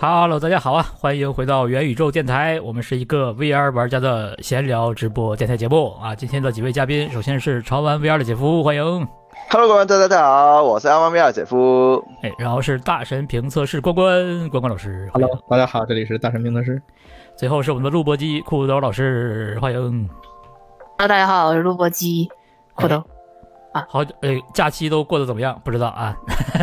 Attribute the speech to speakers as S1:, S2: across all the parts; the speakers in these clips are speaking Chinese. S1: Hello，大家好啊，欢迎回到元宇宙电台，我们是一个 VR 玩家的闲聊直播电台节目啊。今天的几位嘉宾，首先是潮玩 VR 的姐夫，欢迎。
S2: Hello，各位大家好，我是阿猫喵姐夫。
S1: 哎，然后是大神评测室关关关关老师欢迎
S3: Hello，大家好，这里是大神评测师。
S1: 最后是我们的录播机酷豆老师，欢迎。
S4: 哈喽，大家好，我是录播机酷豆。
S1: 好，哎，假期都过得怎么样？不知道啊，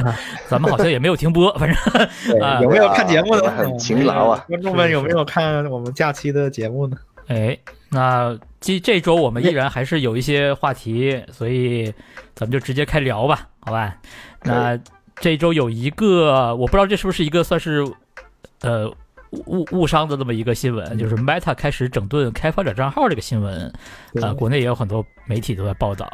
S1: 咱们好像也没有停播，反正啊
S3: 有没有看节目
S2: 对
S3: 的？
S2: 啊很勤劳啊！
S3: 观众们有没有看我们假期的节目呢？
S1: 哎，那这这周我们依然还是有一些话题，所以咱们就直接开聊吧，好吧？那这周有一个，我不知道这是不是一个算是呃误误伤的这么一个新闻，就是 Meta 开始整顿开发者账号这个新闻，啊，国内也有很多媒体都在报道，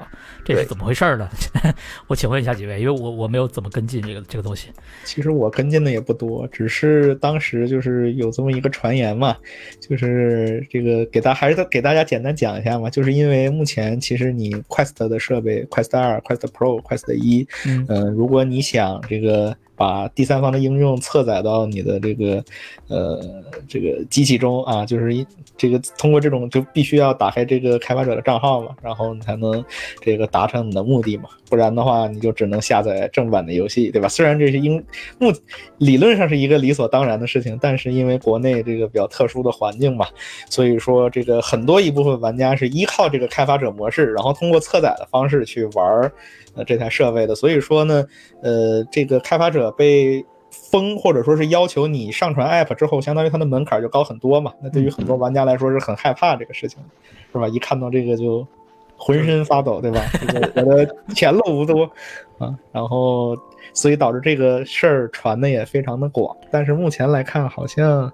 S1: 这是
S2: 对
S1: 怎么回事儿呢？ 我请问一下几位，因为我我没有怎么跟进这个这个东西。
S3: 其实我跟进的也不多，只是当时就是有这么一个传言嘛，就是这个给大还是给大家简单讲一下嘛，就是因为目前其实你 Quest 的设备，Quest 二、Quest Pro、Quest 一，
S1: 嗯
S3: 呃，如果你想这个把第三方的应用侧载到你的这个呃这个机器中啊，就是一这个通过这种就必须要打开这个开发者的账号嘛，然后你才能这个达成你的目的嘛，不然的话你就只能下载正版的游戏，对吧？虽然这是应目理论上是一个理所当然的事情，但是因为国内这个比较特殊的环境嘛，所以说这个很多一部分玩家是依靠这个开发者模式，然后通过侧载的方式去玩儿呃这台设备的。所以说呢，呃，这个开发者被封或者说是要求你上传 app 之后，相当于它的门槛就高很多嘛。那对于很多玩家来说是很害怕这个事情的，是吧？一看到这个就浑身发抖，对吧？这个觉得前路无多啊，然后。所以导致这个事儿传的也非常的广，但是目前来看好像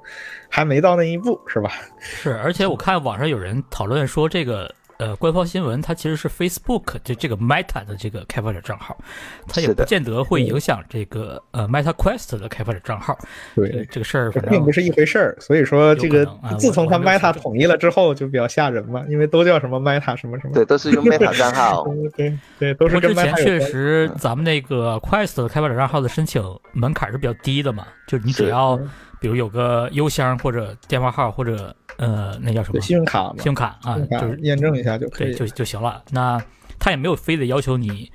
S3: 还没到那一步，是吧？
S1: 是，而且我看网上有人讨论说，这个呃官方新闻它其实是 Facebook 这这个 Meta 的这个开发者账号，它也
S2: 是
S1: 不
S2: 的
S1: 见得
S3: 嗯
S1: 会影响这个呃 Meta Quest 的开发者账号。这，这个事儿
S3: 这
S1: 反
S3: 并
S1: 正
S3: 不是一回事儿。所以说，这
S1: 有
S3: 个
S1: 可能啊我
S3: 自从
S1: 我
S3: 它
S1: 没有
S3: Meta
S1: 去
S3: 统一了之后，就比较吓人嘛，因为都叫什么 Meta 什么什么。
S2: 对，都是用 Meta 账号，
S3: 对对对，都
S1: 不
S3: 是
S1: 过之
S3: 跟
S1: 前
S3: Meta 有
S1: 确
S3: 关。嗯
S1: 实咱们那个 Quest 的开发者账号的申请门槛是比较低的嘛，就你只
S2: 是
S1: 要
S3: 嗯
S1: 比如有个邮箱或者电话号或者呃那叫什么
S3: 对信
S1: 信
S3: 用卡嘛，
S1: 用卡啊，
S3: 信用卡
S1: 就是
S3: 验证一下就可
S1: 对
S3: 以。
S1: 就就行了。那他也没有非得要求你，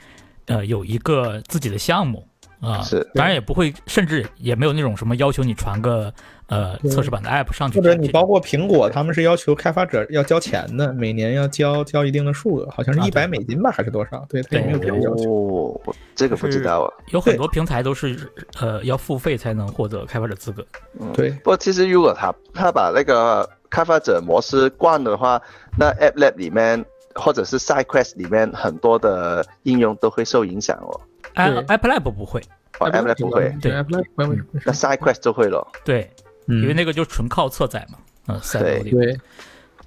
S1: 呃，有一个自己的项目啊、
S2: 是
S1: 当然也不会，甚至也没有那种什么要求你传个呃
S3: 对
S1: 测试版的 app 上去，
S3: 或者你
S1: 这
S3: 包括苹果，他们是要求开发者要交钱的，每年要交交一定的数额，好像是
S1: 啊
S3: 一
S1: 对
S3: 百美金吧，还是多少？对，他
S1: 对
S3: 也没有这个要求。
S2: 哦，我这个不知道啊。
S1: 有很多平台都是呃要付费才能获得开发者资格。
S3: 对
S2: 不过其实如果他他把那个开发者模式关的话，那 App Lab 里面或者是 SideQuest 里面很多的应用都会受影响哦。
S1: i
S3: 对
S1: 啊 app lab 不会，
S3: 啊
S2: 哦，App Lab 不会，
S1: 对
S3: ，Apple Lab 不会不
S2: 那
S3: 会。
S2: SideQuest 就会了。
S1: 对，因为
S3: 那
S1: 那个就纯靠侧载嘛，嗯、赛道里
S3: 嗯对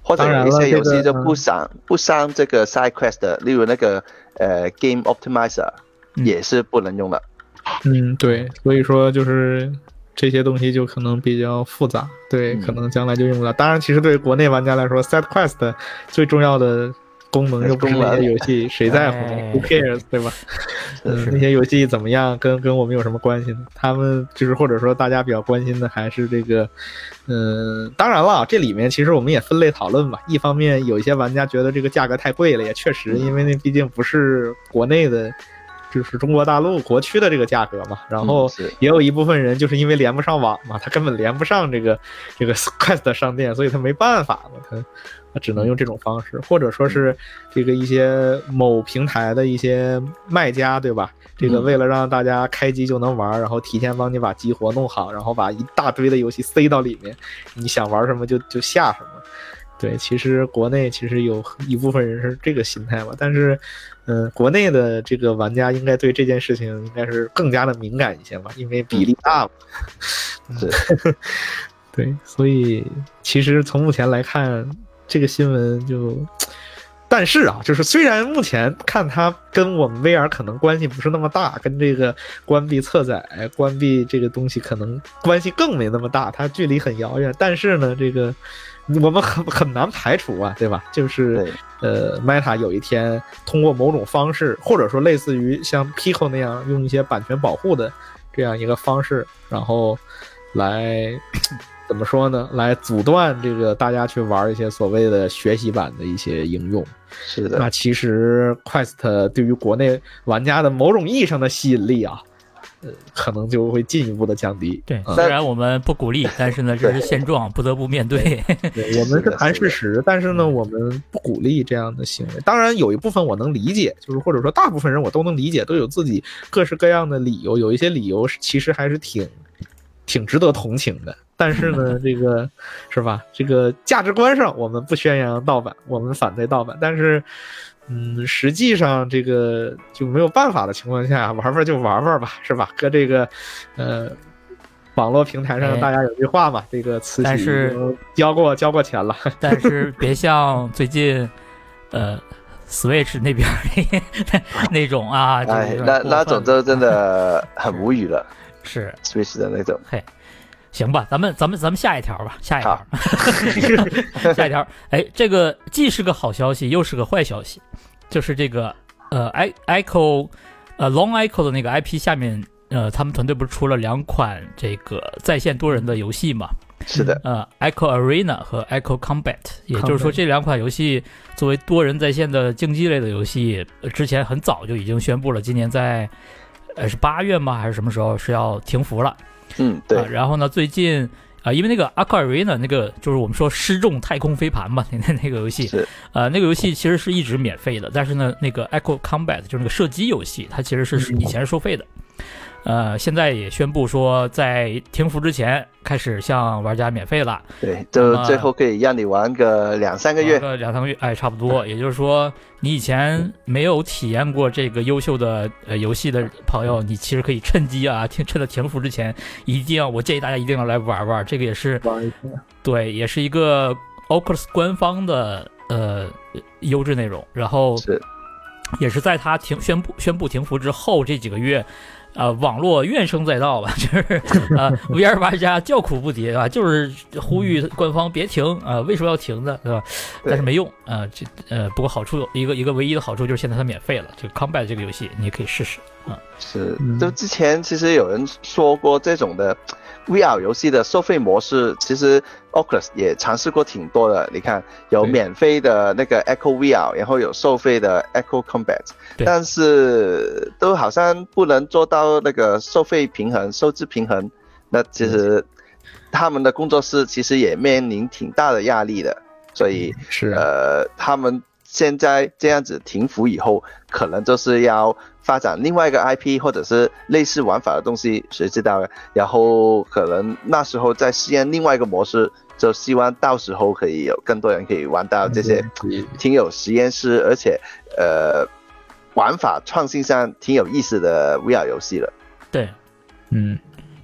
S2: 或者
S3: 当然
S2: 有一
S3: 了
S2: 些
S3: 这
S2: 游戏
S3: 个
S2: 就不删不删这个 SideQuest 的，例如那个呃 Game Optimizer
S1: 嗯
S2: 也是不能用的。
S3: 嗯，对，所以说就是这些东西就可能比较复杂，对，
S2: 嗯
S3: 可能将来就用不了。当然，其实对国内玩家来说，SideQuest 最重要的功能又不是
S2: 功能
S3: 那些游戏，谁在乎
S1: 哎
S3: ？Who cares，对吧？嗯，那些游戏怎么样，跟跟我们有什么关系呢？他们就是或者说大家比较关心的还是这个，嗯，当然了，这里面其实我们也分类讨论吧。一方面，有一些玩家觉得这个价格太贵了，也确实，因为那毕竟不是国内的，就是中国大陆国区的这个价格嘛。然后
S2: 嗯是
S3: 也有一部分人就是因为连不上网嘛，他根本连不上这个这个 Quest 商店，所以他没办法了，他他只能用这种方式，或者说是这个一些某平台的一些卖家，对吧？这个
S2: 嗯
S3: 为了让大家开机就能玩，然后提前帮你把激活弄好，然后把一大堆的游戏塞到里面，你想玩什么就就下什么。对，其实国内其实有一部分人是这个心态吧，但是，嗯、国内的这个玩家应该对这件事情应该是更加的敏感一些吧，因为比例大嘛。
S2: 是
S3: 对，所以其实从目前来看，这个新闻就，但是啊，就是虽然目前看它跟我们 VR 可能关系不是那么大，跟这个关闭侧载、关闭这个东西可能关系更没那么大，它距离很遥远。但是呢，这个我们很很难排除啊，对吧？就是
S2: 对，
S3: 呃，Meta 有一天通过某种方式，或者说类似于像 Pico 那样用一些版权保护的这样一个方式，然后来怎么说呢？来阻断这个大家去玩一些所谓的学习版的一些应用。
S2: 是的，
S3: 那其实 Quest 对于国内玩家的某种意义上的吸引力啊，呃，可能就会进一步的降低。
S1: 对，
S3: 嗯
S1: 虽然我们不鼓励，但是呢，这是现状，不得不面 对。
S3: 对我们是谈事实，但是呢，我们不鼓励这样的行为。当然，有一部分我能理解，就是或者说大部分人我都能理解，都有自己各式各样的理由，有一些理由是其实还是挺挺值得同情的。但是呢，这个是吧？这个价值观上我们不宣扬盗版，我们反对盗版，但是。嗯，实际上这个就没有办法的情况下，玩玩就玩玩吧，是吧？搁这个，呃，网络平台
S1: 哎
S3: 上大家有句话嘛，这个慈禧
S1: 但是
S3: 都交过交过钱了，
S1: 但是别像最近，呃，Switch 那边儿那 那种啊，就是，
S2: 哎那
S1: 过
S2: 那
S1: 分
S2: 种就真的很无语了
S1: 是
S2: ，Switch 的那种。
S1: 行吧？咱们咱们咱们下一条吧，下一条，下一条。 哎，这个既是个好消息，又是个坏消息，就是这个呃，i Echo，呃，Long Echo 的那个 IP 下面，呃，他们团队不是出了两款这个在线多人的游戏嘛？
S2: 是的，
S1: 呃，Echo Arena 和 Echo Combat，也就是说
S3: Combat
S1: 这两款游戏作为多人在线的竞技类的游戏，呃之前很早就已经宣布了，今年在呃是八月吗还是什么时候是要停服了？
S2: 嗯，
S1: 啊
S2: 对，
S1: 然后呢，最近啊、因为那个 Echo Arena 那个就是我们说失重太空飞盘嘛， 那那那个游戏，
S2: 是
S1: 呃，那个游戏其实是一直免费的，但是呢，那个 Echo Combat 就是那个射击游戏，它其实是以前是收费的，呃，现在也宣布说在停服之前开始向玩家免费了。
S2: 对，就最后可以让你玩个两三个月
S1: 玩。个两三个月，哎，差不多。也就是说，你以前没有体验过这个优秀的呃游戏的朋友，你其实可以趁机啊， 趁趁着停服之前，一定要，我建议大家一定要来玩玩。这个也是
S3: 玩一下。
S1: 对，也是一个 Oculus 官方的呃优质内容。然后
S2: 是
S1: 也是在他停宣布宣布停服之后这几个月，呃，网络怨声载道吧， 就是呃 VR 玩家叫苦不迭啊，就是呼吁官方别停啊、呃，为什么要停呢？对吧？
S2: 对
S1: 但是没用啊、呃，这呃，不过好处一个一个唯一的好处就是现在它免费了，这个 Combat 这个游戏你也可以试试。
S2: 是
S3: 嗯，
S2: 就之前其实有人说过这种的 VR 游戏的收费模式，其实 Oculus 也尝试过挺多的。你看，有
S3: 对
S2: 免费的那个 Echo VR，然后有收费的 Echo Combat，
S1: 对
S2: 但是都好像不能做到那个收费平衡、收支平衡。那其实
S3: 嗯
S2: 他们的工作室其实也面临挺大的压力的，所以
S3: 是啊，
S2: 呃，他们现在这样子停服以后，可能就是要发展另外一个 IP 或者是类似玩法的东西，谁知道呢？然后可能那时候再试验另外一个模式，就希望到时候可以有更多人可以玩到这些
S3: 对
S2: 挺有实验室，而且呃玩法创新上挺有意思的 VR 游戏了。
S1: 对，
S3: 嗯，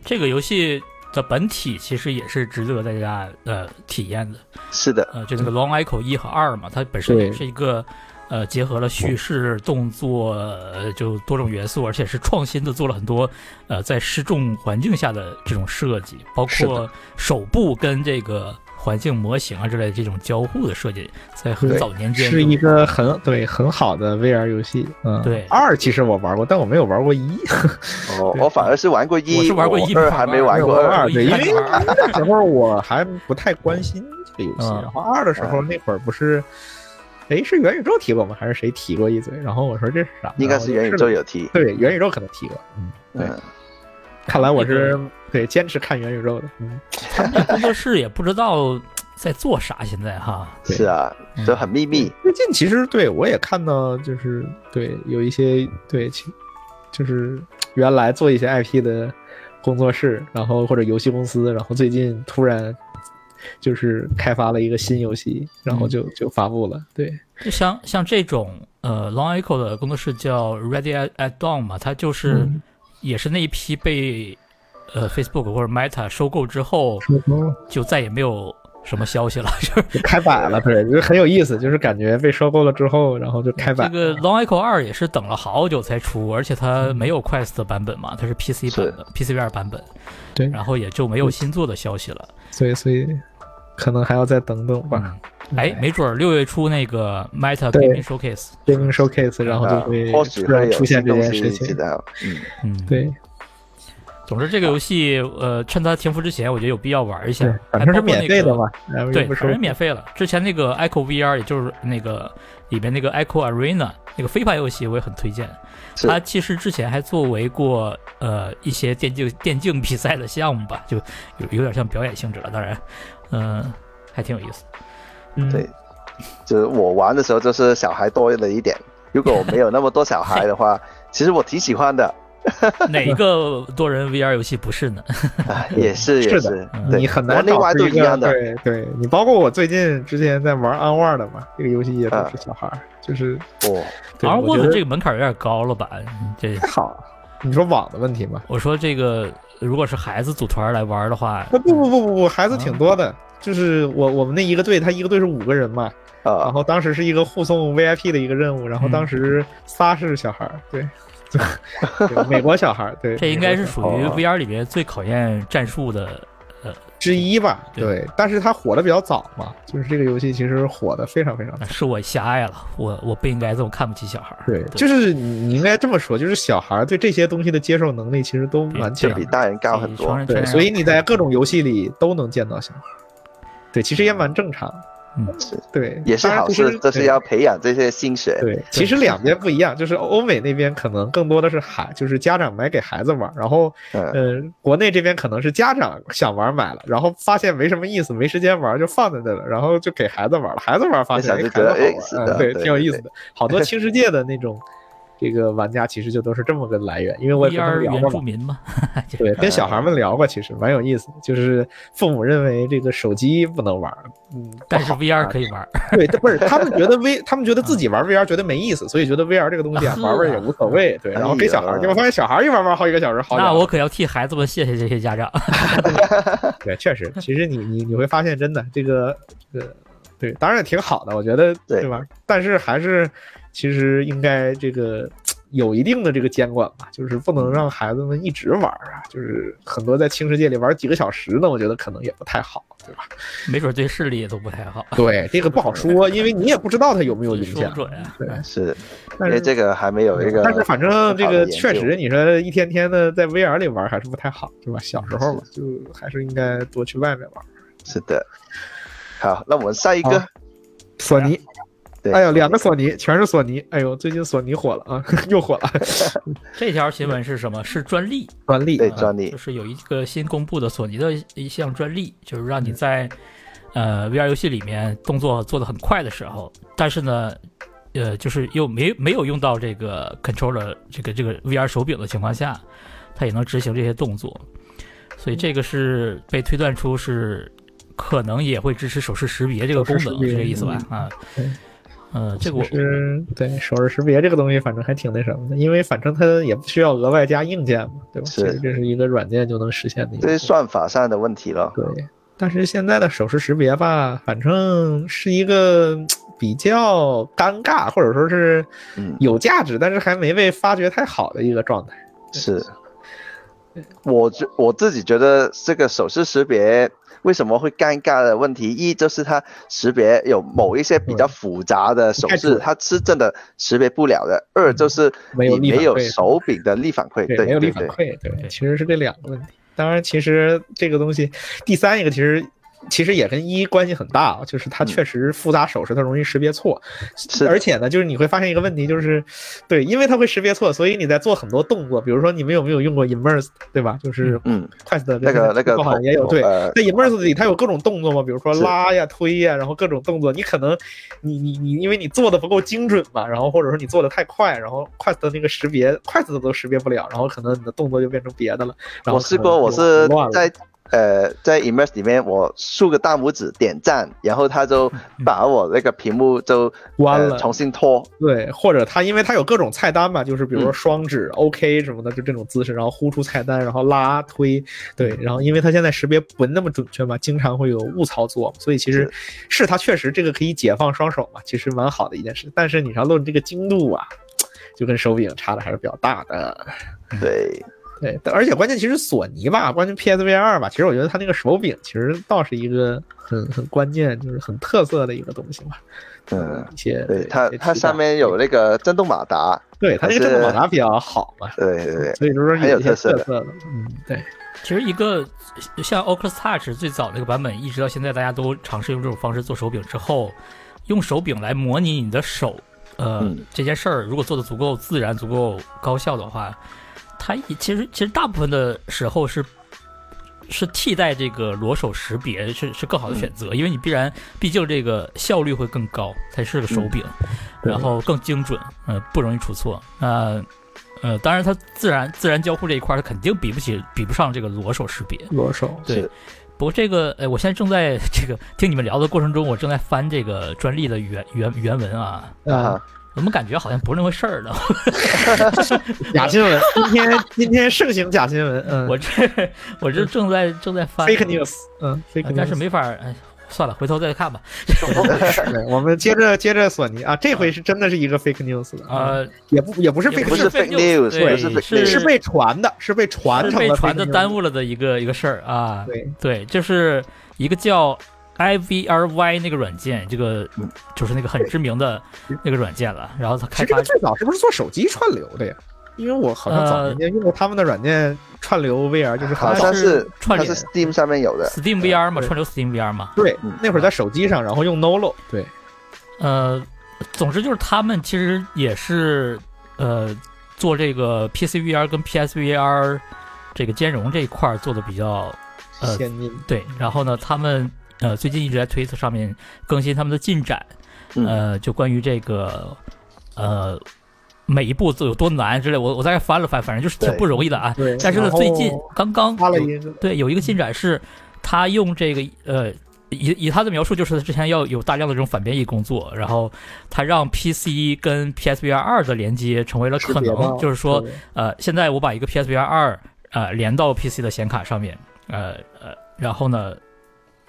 S1: 这个游戏的本体其实也是值得大家呃体验的。
S2: 是的，
S1: 呃，就那个 Long Echo 一和二嘛，它本身
S3: 对
S1: 也是一个呃结合了叙事、动作、呃就多种元素，而且是创新的做了很多呃在失重环境下的这种设计，包
S3: 是
S1: 括
S3: 的
S1: 手部跟这个环境模型啊之类的这种交互的设计，在很
S3: 对
S1: 早年间
S3: 是
S1: 就
S3: 一个很对很好的 VR 游戏。嗯，
S1: 对
S3: 二其实我玩过，但我没有玩过一，
S2: 哦，我反而是玩过一，
S1: 我是玩过一
S2: 我二还没玩过
S1: 没有玩
S2: 二。
S3: 二，对，因
S1: 我
S3: 为
S1: 一玩二
S3: 那时候我还不太关心这个游戏。
S1: 嗯
S3: 然后二的时候那会儿不是，哎，是元宇宙提过吗？还是谁提过一嘴？然后我说这是啥？
S2: 应该是元宇宙
S3: 然后我就试了。
S2: 有提，
S3: 对，元宇宙可能提过。嗯，对
S2: 嗯，
S3: 看来我是
S1: 那
S3: 对坚持看元宇宙的。嗯，
S1: 他们的工作室也不知道在做啥，现在哈，
S3: 对
S2: 是啊，
S1: 嗯
S2: 就很秘密。
S3: 最近其实对我也看到，就是对有一些对，其就是原来做一些 IP 的工作室，然后或者游戏公司，然后最近突然就是开发了一个新游戏，然
S1: 嗯
S3: 后就就发布了。对，
S1: 就像像这种呃，Long Echo 的工作室叫 Ready at, at Dawn 嘛，它就是、
S3: 嗯
S1: 也是那一批被呃 Facebook 或者 Meta 收购之后，就再也没有什么消息了。 就是
S3: 就开摆了，对，就是很有意思，就是感觉被收购了之后，然后就开摆
S1: 这。个 Long Echo 二也是等了好久才出，而且
S3: 嗯
S1: 它没有 Quest 的版本嘛，它是 PC 版的 PCVR 版本，
S3: 对嗯
S1: 然后也就没有新作的消息了。
S3: 所以所以可能还要再等等
S2: 嗯
S3: 吧。
S1: 哎，没准儿六月初那个 Meta
S3: 对
S1: Gaming Showcase，
S3: ，Gaming Showcase，然后就
S2: 啊
S3: 会
S2: 或许
S3: 突
S2: 会
S3: 然
S2: 有
S3: 出现
S2: 新
S3: 这
S2: 东
S3: 件
S2: 西，
S3: 事
S2: 知
S3: 情。
S2: 道？嗯，
S1: 嗯，
S3: 对，
S1: 总之，这个游戏，呃，趁它停服之前，我觉得有必要玩一下
S3: 对，。反
S1: 还
S3: 正
S1: 包
S3: 是
S1: 括
S3: 免
S1: 那
S3: 费
S1: 个
S3: 的嘛，然后又
S1: 对，
S3: 不收
S1: 反正免费了。之前那个 Echo VR，也就是那个里面那个 Echo Arena 那个飞盘游戏，我也很推荐。
S2: 是
S1: 它其实之前还作为过呃一些电竞电竞比赛的项目吧，就有有点像表演性质了。当然，嗯、还挺有 意思。
S3: 嗯
S2: 对就是我玩的时候，就是小孩多了一点。如果我没有那么多小孩的话， 其实我挺喜欢的，
S1: 哪一个多人 VR 游戏不是呢？
S2: 啊，也是
S3: 是
S2: 也
S3: 的
S2: 是
S1: 嗯，
S2: 对
S3: 你很难
S2: 国内
S3: 找
S2: 外
S3: 出
S2: 都
S3: 一
S2: 一样
S3: 个，
S2: 的
S3: 对对，你包括我最近之前在玩《安玩》的嘛，这个游戏也都
S2: 嗯
S3: 是小孩儿，就是
S2: 哦，
S3: 对
S1: 玩
S3: 我
S1: 过
S3: 觉
S1: 的
S3: 得
S1: 这个门槛有点高了吧？这
S3: 还好。你说网的问题吗？
S1: 我说这个，如果是孩子组团来玩的话，
S3: 那不不不不不，孩子
S1: 啊
S3: 挺多的，就是我我们那一个队，他一个队是五个人嘛，然
S2: 啊，
S3: 后当时是一个护送 VIP 的一个任务，然后
S1: 嗯
S3: 当时仨是小孩儿，对， 对，美国小孩儿，对，
S1: 这应该
S3: 美
S1: 是
S3: 国小
S1: 属
S3: 孩
S1: 于
S2: 哦
S1: VR 里面最考验战术的。
S3: 儿之一吧，
S1: 对
S3: 对，但是它火的比较早嘛，就是这个游戏其实火的非常非常早
S1: 啊。是我狭隘了，我我不应该这么看不起小孩儿。
S3: 对，就是你你应该这么说，就是小孩儿对这些东西的接受能力其实都蛮
S1: 嗯对
S3: 强
S1: 啊
S2: 啊比大人高很
S1: 成
S2: 多
S1: 人。
S3: 对，
S1: 圈
S3: 所以你在
S1: 养
S3: 各种游戏里都能见到小孩儿，对，其实也蛮正常，
S1: 嗯
S2: 是
S3: 对，
S2: 也是
S3: 当然
S2: 好
S3: 其
S2: 事
S3: 实，
S2: 这是
S3: 对
S2: 要培养这些心血。
S3: 对，其实两边不一样，就是欧美那边可能更多的是孩，就是家长买给孩子玩儿，然后
S2: 嗯，
S3: 呃，国内这边可能是家长想玩儿买了，然后发现没什么意思，没时间玩儿就放在那了，然后就给孩子玩儿了，孩子玩儿发现
S2: 小
S3: 哎
S2: 就
S3: 孩子
S2: 觉
S3: 好
S2: 得
S3: 玩
S2: 哎是
S3: 儿，
S2: 的
S3: 嗯对，
S2: 对
S3: 挺有
S2: 对
S3: 意思的。好多新世界的那种这个玩家其实就都是这么个来源，因为我也跟他们
S1: VR
S3: 聊
S1: 原
S3: 过
S1: 住
S3: 嘛。
S1: 民 嗯嘛，
S3: 对，跟小孩们聊过，其实蛮有意思的。就是父母认为这个手机不能玩儿，嗯，
S1: 但是
S3: 不好
S1: VR 可以玩儿。
S3: 对，不是他们觉得 V，他们觉得自己玩 VR 觉得没意思，所以觉得 VR 这个东 西啊，
S1: 呵
S3: 玩玩也无所谓。对，然后给小孩
S2: 哎
S3: 儿，
S2: 呀
S3: 结果发现小孩儿一玩玩好几个小时，好家
S1: 那
S3: 伙
S1: 我可要替孩子们谢谢这些家长。
S3: 对，确实，其实你你你会发现，真的这个这个对，当然也挺好的，我觉得
S2: 对
S3: 吧？但是还是其实应该这个有一定的这个监管吧，就是不能让孩子们一直玩儿啊，就是很多在轻世界里玩几个小时呢，我觉得可能也不太好，对吧？
S1: 没准对视力也都不太好，
S3: 对，这个不好说，因为你也不知道它有没有影
S1: 说
S3: 响
S1: 不。准啊。
S3: 对
S2: 是，因
S3: 但
S2: 为
S3: 是
S2: 这个还没有一个，
S3: 但是反正这
S2: 很好
S3: 个
S2: 的研
S3: 确
S2: 究
S3: 实，你说一天天的在 VR 里玩还是不太好，对吧？小时候嘛，就还是应该多去外面玩。
S2: 是的。好，那我们下一个
S3: 好，索尼，
S2: 对
S3: 哎呦，两个索尼，全是索尼，哎呦，最近索尼火了啊， 又火了，
S1: 这条新闻是什么？是专利，
S3: 专利
S2: 对
S1: 啊
S2: 专利
S1: 就是有一个新公布的索尼的一项专利，就是让
S3: 嗯
S1: 你在呃 VR 游戏里面动作做得很快的时候，但是呢。呃，就是又没没有用到这个 controller 这个这个 VR 手柄的情况下，它也能执行这些动作，所以这个是被推断出是可能也会支持手势识别这个功
S3: 手势
S1: 能，是
S3: 识别嗯
S1: 这个意思吧？啊
S3: 对，
S1: 呃，这个我
S3: 是对手势识别这个东西，反正还挺那什么的，因为反正它也不需要额外加硬件嘛，对吧？
S2: 是
S3: 其实这是一个软件就能实现的一
S2: 这
S3: 个
S2: 是。算法上的问题了。
S3: 对，但是现在的手势识别吧，反正是一个嗯比较尴尬，或者说是
S2: 嗯，
S3: 有价值，但是还没被发掘太好的一个状态。
S2: 是。我觉我自己觉得这个手势识别为什么会尴尬的问题，一就是它识别有某一些比
S3: 嗯
S2: 较复杂的手
S3: 太
S2: 势，
S3: 准
S2: 它是真的识别不了的；二就是
S3: 嗯没有
S2: 你
S3: 力
S2: 没
S3: 反
S2: 有
S3: 馈
S2: 手柄的力反馈，对
S3: 对，没有力
S2: 对
S3: 反
S2: 对，
S3: 馈，对，
S1: 对
S3: 其实是这两个问题。当然，其实这个东西，第三一个其实其实也跟一关系很大啊，就是它
S2: 嗯
S3: 确实复杂手势它容易识别错，
S2: 是的
S3: 而且呢，就是你会发现一个问题，就是对，因为它会识别错，所以你在做很多动作，比如说你们有没有用过 immerse，对吧？就是
S2: 嗯，
S3: quest 的
S2: 那个那个
S3: 好像也有
S2: 头
S3: 对。
S2: 呃
S3: 在 immerse 里，它有各种动作嘛，比如说
S2: 是
S3: 拉呀、推呀，然后各种动作，你可能你你你，因为你做的不够精准嘛，然后或者说你做的太快，然后 quest 的那个识别 quest 的都识别不了，然后可能你的动作就变成别的了。然后
S2: 我试过，我是
S3: 可能就乱了
S2: 在呃在 Immerse 里面，我竖个大拇指点赞，然后他就把我那个屏幕就
S3: 嗯关
S2: 呃
S3: 了
S2: 重新拖，
S3: 对，或者它因为它有各种菜单嘛，就是比如说
S2: 嗯
S3: 双指、OK 什么的，就这种姿势，然后呼出菜单，然后拉推，
S2: 嗯
S3: 对，然后因为它现在识别不那么准确嘛，经常会有误操作，所以其实是它确实这个可以解放双手嘛，其实蛮好的一件事。但是你要论这个精度啊，就跟手柄差的还是比较大的。
S2: 对，
S3: 对，但而且关键其实索尼吧，关键 PSVR 吧，其实我觉得它那个手柄其实倒是一个很很关键，就是很特色的一个东西嘛。
S2: 嗯，
S3: 一些
S2: 对它
S3: 一些
S2: 它
S3: 提法
S2: 上面有那个震动马达，
S3: 对它这个
S2: 它是
S3: 震动马达比较好嘛，
S2: 对对对，
S3: 所以就是
S2: 很有
S3: 有一些
S2: 特色
S3: 特
S2: 的
S3: 色的。嗯，对，
S1: 其实一个像 Oculus Touch 最早那个版本，一直到现在，大家都尝试用这种方式做手柄之后，用手柄来模拟你的手，呃，
S2: 嗯
S1: 这件事儿如果做的足够自然、足够高效的话，它也其实其实大部分的时候是。是替代这个裸手识别是是更好的选择，因为你必然毕竟这个效率会更高，它是个手柄，
S3: 对
S1: 然后更精准，呃，不容易出错。那、呃，当然它自然自然交互这一块儿，它肯定比不起比不上这个裸手识别。
S3: 裸手
S1: 对
S2: 是
S1: 不过这个，呃，我现在正在这个听你们聊的过程中，我正在翻这个专利的原原原文啊，
S3: 啊，
S2: 啊，
S1: 怎么感觉好像不是那回事儿呢？
S3: 假新闻，今天今天盛行假新闻，嗯
S1: 我这我这正在正在翻，
S3: ，fake news，嗯，fake
S1: 呃
S3: news，
S1: 但是没法儿，哎，算了，回头再看吧。
S3: 对我们接着接着索尼啊，这回是真的是一个 fake news 的，
S1: 呃，
S3: 也不嗯也不是
S1: 也
S3: fake
S2: 不
S3: news，
S2: 是
S1: fake
S2: fake news，
S1: 对
S2: 不是 fake
S1: 是
S2: news
S3: 是被传的，是被传
S1: 是
S3: 成
S1: 被
S3: 了
S1: 传的
S3: fake news
S1: 耽误了的一个一个事儿啊。
S3: 对，
S1: 对，就是一个叫 IVRY 那个软件，这个
S2: 嗯
S1: 就是那个很知名的那个软件了。然后它开
S3: 其实这
S1: 发
S3: 个最早是不是做手机串流的呀？因为我好像早
S1: 呃
S3: 年间用过他们的软件串流 VR，就是
S2: 好
S3: 它
S2: 像是
S1: 串
S2: 它
S1: 联
S2: 是 Steam 上面有的，
S1: Steam VR 嘛，
S3: 对
S1: 串流 Steam VR 嘛。
S3: 对
S2: 嗯
S3: 那会儿在手机上，然后用 Nolo 对
S1: 呃，总之就是他们其实也是呃做这个 PCVR 跟 PSVR 这个兼容这一块儿做的比较呃
S3: 先进
S1: 对。然后呢，他们呃最近一直在推特上面更新他们的进展，
S2: 嗯，
S1: 呃，就关于这个呃每一步都有多难之类，我我大概翻了翻，反正就是挺
S2: 对
S1: 不容易的啊。
S3: 对，
S1: 但是呢，
S3: 然后
S1: 最近刚刚
S3: 发了
S1: 有
S3: 一个
S1: 对，有一个进展是，他用这个呃，以以他的描述就是之前要有大量的这种反编译工作，然后他让 PC 跟 PSVR 二的连接成为了可
S3: 识别
S1: 能，
S3: 到
S1: 就是说
S3: 对
S1: 呃，现在我把一个 PSVR 二呃连到 PC 的显卡上面，呃呃，然后呢，
S3: 嗯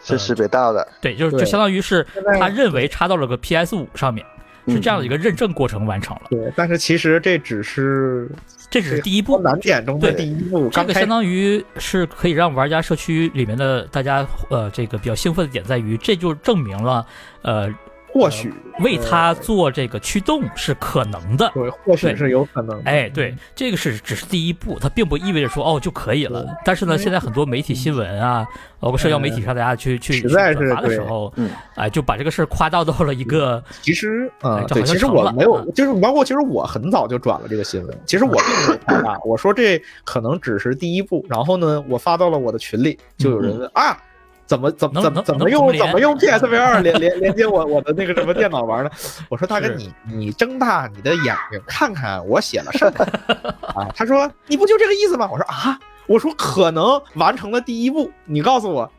S2: 是识别到的，
S1: 对，就是就
S3: 对
S1: 相当于是
S3: 现在
S1: 他认为插到了个 PS 五上面，
S2: 嗯
S1: 是这样
S3: 嗯
S1: 的一个认证过程完成了，
S3: 对，但是其实这只是
S1: 这只是第一步
S3: 从。难点中的
S1: 对
S3: 第一步，
S1: 这
S3: 刚
S1: 个
S3: 开
S1: 相
S3: 始
S1: 当于是可以让玩家社区里面的大家，呃，这个比较兴奋的点在于，这就证明了，呃，
S3: 或许
S1: 为他
S3: 呃
S1: 做这个驱动是可能的。
S3: 对，嗯或许
S1: 对
S3: 是有可能的，
S1: 哎，对，这个是只是第一步，它并不意味着说哦就可以了
S3: 对。
S1: 但是呢，
S3: 因为
S1: 现在很多媒体新闻啊，包括社交媒体上大家去去
S3: 嗯呃实在
S1: 去转
S3: 是
S1: 发的时
S3: 对嗯
S1: 候
S2: 嗯，
S1: 哎，就把这个事儿夸大到了一个
S3: 其实啊、
S1: 哎这
S3: 对，
S1: 好像
S3: 其实
S1: 成
S3: 我
S1: 了嗯
S3: 没有，就是包括其实我很早就转了这个新闻。其实我并没有夸大，我说这可能只是第一步。然后呢，我发到了我的群里，就有人问、啊，怎么怎么
S1: 嗯能
S3: 怎
S1: 能
S3: 么怎么
S1: 能啊
S3: 用
S1: 怎么
S3: 怎么
S1: 连
S3: 用 PSVR 连连连接我我的那个什么电脑玩呢？我说大哥，
S1: 是
S3: 你你睁大你的眼睛看看我写了什么啊？他说你不就这个意思吗？我说啊，我说可能完成了第一步，你告诉我，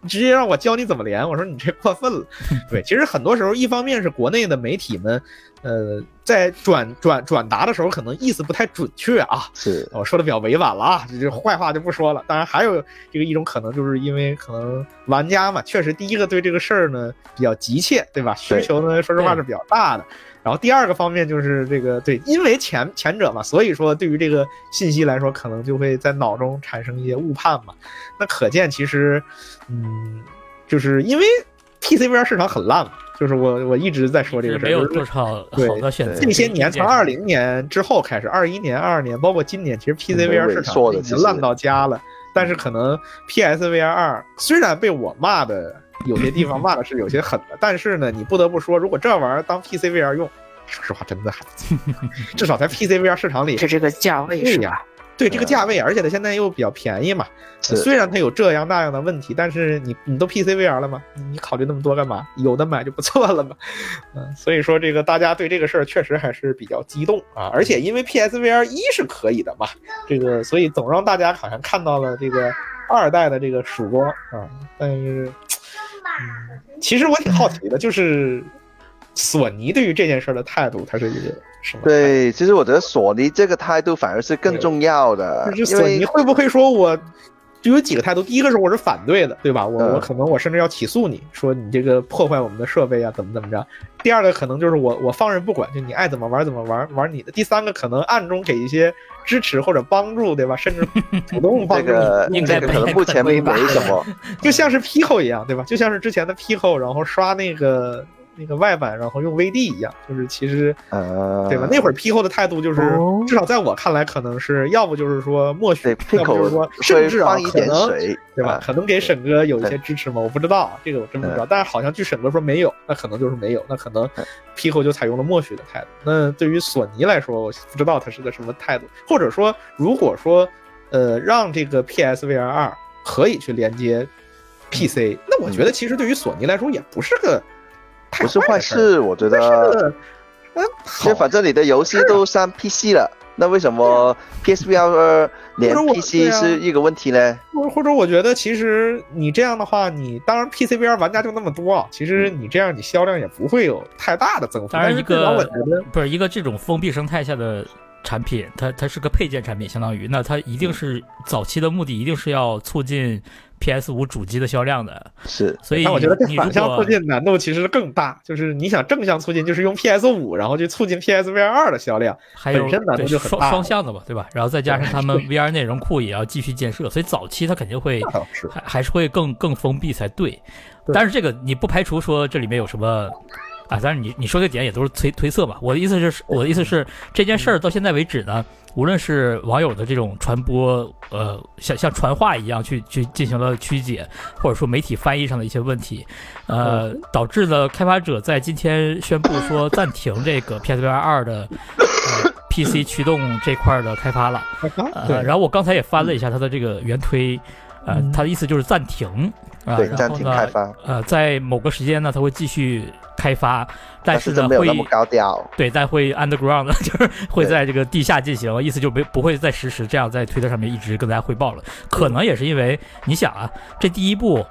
S3: 你直接让我教你怎么连。我说你这过分了。对，其实很多时候，一方面是国内的媒体们，呃，在转转转达的时候，可能意思不太准确啊。
S2: 是
S3: 我说的比较委婉了啊，这这坏话就不说了。当然，还有这个一种可能，就是因为可能玩家嘛，确实第一个对这个事儿呢比较急切，对吧？需
S2: 对
S3: 求呢，说实话
S1: 对
S3: 是比较大的。然后第二个方面就是这个对，因为前前者嘛，所以说对于这个信息来说，可能就会在脑中产生一些误判嘛。那可见其实，嗯，就是因为 PCVR 市场很烂嘛，就是我我一直在说这
S1: 是
S3: 个事儿，
S1: 没有
S3: 就是
S1: 多少
S3: 对
S1: 好的选择。
S3: 呃这些年
S1: 这
S3: 从二零年之后开始，二一年、二二年，包括今年，其实 PCVR 市场
S2: 嗯萎缩的
S3: 已经
S2: 其实
S3: 烂到家了。但是可能 PSVR 二虽然被我骂的有些地方骂的是有些狠的，但是呢，你不得不说，如果这玩意儿当 PCVR 用，说实话真的还不错，至少在 PCVR 市场里
S4: 是这个价位
S3: 对
S4: 是吧
S3: 呀？对这个
S2: 嗯
S3: 价位，而且它现在又比较便宜嘛。
S2: 是
S3: 虽然它有这样那样的问题，但是你你都 PCVR 了嘛，你你考虑那么多干嘛？有的买就不错了嘛。嗯，所以说这个大家对这个事儿确实还是比较激动啊。而且因为 PSVR 一是可以的嘛，这个所以总让大家好像看到了这个二代的这个曙光啊。但是，嗯，其实我挺好奇的，就是索尼对于这件事儿的态度，它是一个什么态度？
S2: 对，其实我觉得索尼这个态度反而是更重要的，
S3: 就是
S2: 因
S3: 索尼
S2: 为
S3: 会不会说我就有几个态度。第一个是我是反对的，对吧？我
S2: 嗯
S3: 我可能我甚至要起诉你说你这个破坏我们的设备啊，怎么怎么着。第二个可能就是我我放任不管，就你爱怎么玩怎么玩玩你的。第三个可能暗中给一些支持或者帮助，对吧？甚至 主动帮
S2: 这
S3: 助你
S2: 个
S1: 应
S2: 这
S1: 该
S2: 个
S1: 不
S2: 可能
S1: 太
S2: 目
S1: 可
S2: 前
S1: 能
S2: 没
S1: 吧
S2: 什么，
S3: 就像是 Pico 一样，对吧？就像是之前的 Pico，然后刷那个那个外版，然后用 VD 一样，就是其实
S2: 呃，
S3: 对吧？那会儿 Pico 的态度就是
S4: 哦，
S3: 至少在我看来，可能是要不就是说默许
S2: 对，
S3: 要不就
S2: Pico
S3: 是说甚至
S2: 会
S3: 啊，
S2: 放一
S3: 可
S2: 点
S3: 能
S2: 水，
S3: 对吧
S2: 啊？
S3: 可能给沈哥有一些支持吗？我不知道，啊这个我真不知道。但是好像据沈哥说没有，那可能就是没有，那可能
S2: 嗯
S3: Pico 就采用了默许的态度。那对于索尼来说，我不知道他是个什么态度，或者说，如果说呃让这个 PSVR 二可以去连
S2: 嗯
S3: 接 PC，那我觉得其实对于索尼来说也不是个太
S2: 不是
S3: 坏
S2: 坏
S3: 的事儿，
S2: 事，我觉
S3: 但是
S2: 得，
S3: 呢啊嗯，
S2: 因为
S3: 好
S2: 反正你的游戏都上 PC 了，那为什么 PSVR 二连
S3: 或啊者我
S2: PC
S3: 对啊
S2: 是一个问题呢？
S3: 或或者我觉得，其实你这样的话，你当然 PCVR 玩家就那么多啊，其实你这样你销量也不会有太大的增幅。
S1: 嗯当然
S3: 但是
S1: 一个
S3: 至少我觉得
S1: 不是一个这种封闭生态下的产品，它它是个配件产品，相当于那它一定是早期的目的一定是要促进 PS 五主机的销量的，
S2: 是，
S1: 所以
S3: 但我觉得这
S1: 你如
S3: 反向促
S1: 果
S3: 进难度其实更大，就是你想正向促进，就是用 PS 五，然后去促进 PSVR 二的销量。
S1: 还有
S3: 本身难度
S1: 对
S3: 就很
S1: 双
S3: 大
S1: 双向的嘛，对吧？然后再加上他们 VR 内容库也要继续建设，所以早期它肯定会
S3: 那倒是，
S1: 还还是会更更封闭才对。
S3: 对
S1: 但是这个你不排除说这里面有什么啊？当然你你说这点也都是推推测嘛。我的意思是，我的意思是这件事儿到现在为止呢，无论是网友的这种传播，呃，像像传话一样去去进行了曲解，或者说媒体翻译上的一些问题，呃，
S3: 嗯
S1: 导致了开发者在今天宣布说暂停这个 PSVR 二的。呃 PC 驱动这块儿的开发了，呃，
S3: 对，
S1: 然后我刚才也翻了一下它的这个原推，呃，它的意思就是暂停啊，
S2: 对，
S1: 然
S2: 暂
S1: 后
S2: 停
S1: 呢
S2: 开发，
S1: 呃，在某个时间呢，它会继续开发，但是
S2: 是
S1: 呢
S2: 真没有
S1: 会
S2: 那么高调，
S1: 对，但会 underground 就是会
S2: 对
S1: 在这个地下进行，意思就没不会再实时这样在推特上面一直跟大家汇报了。可能也是因为你想啊，这第一步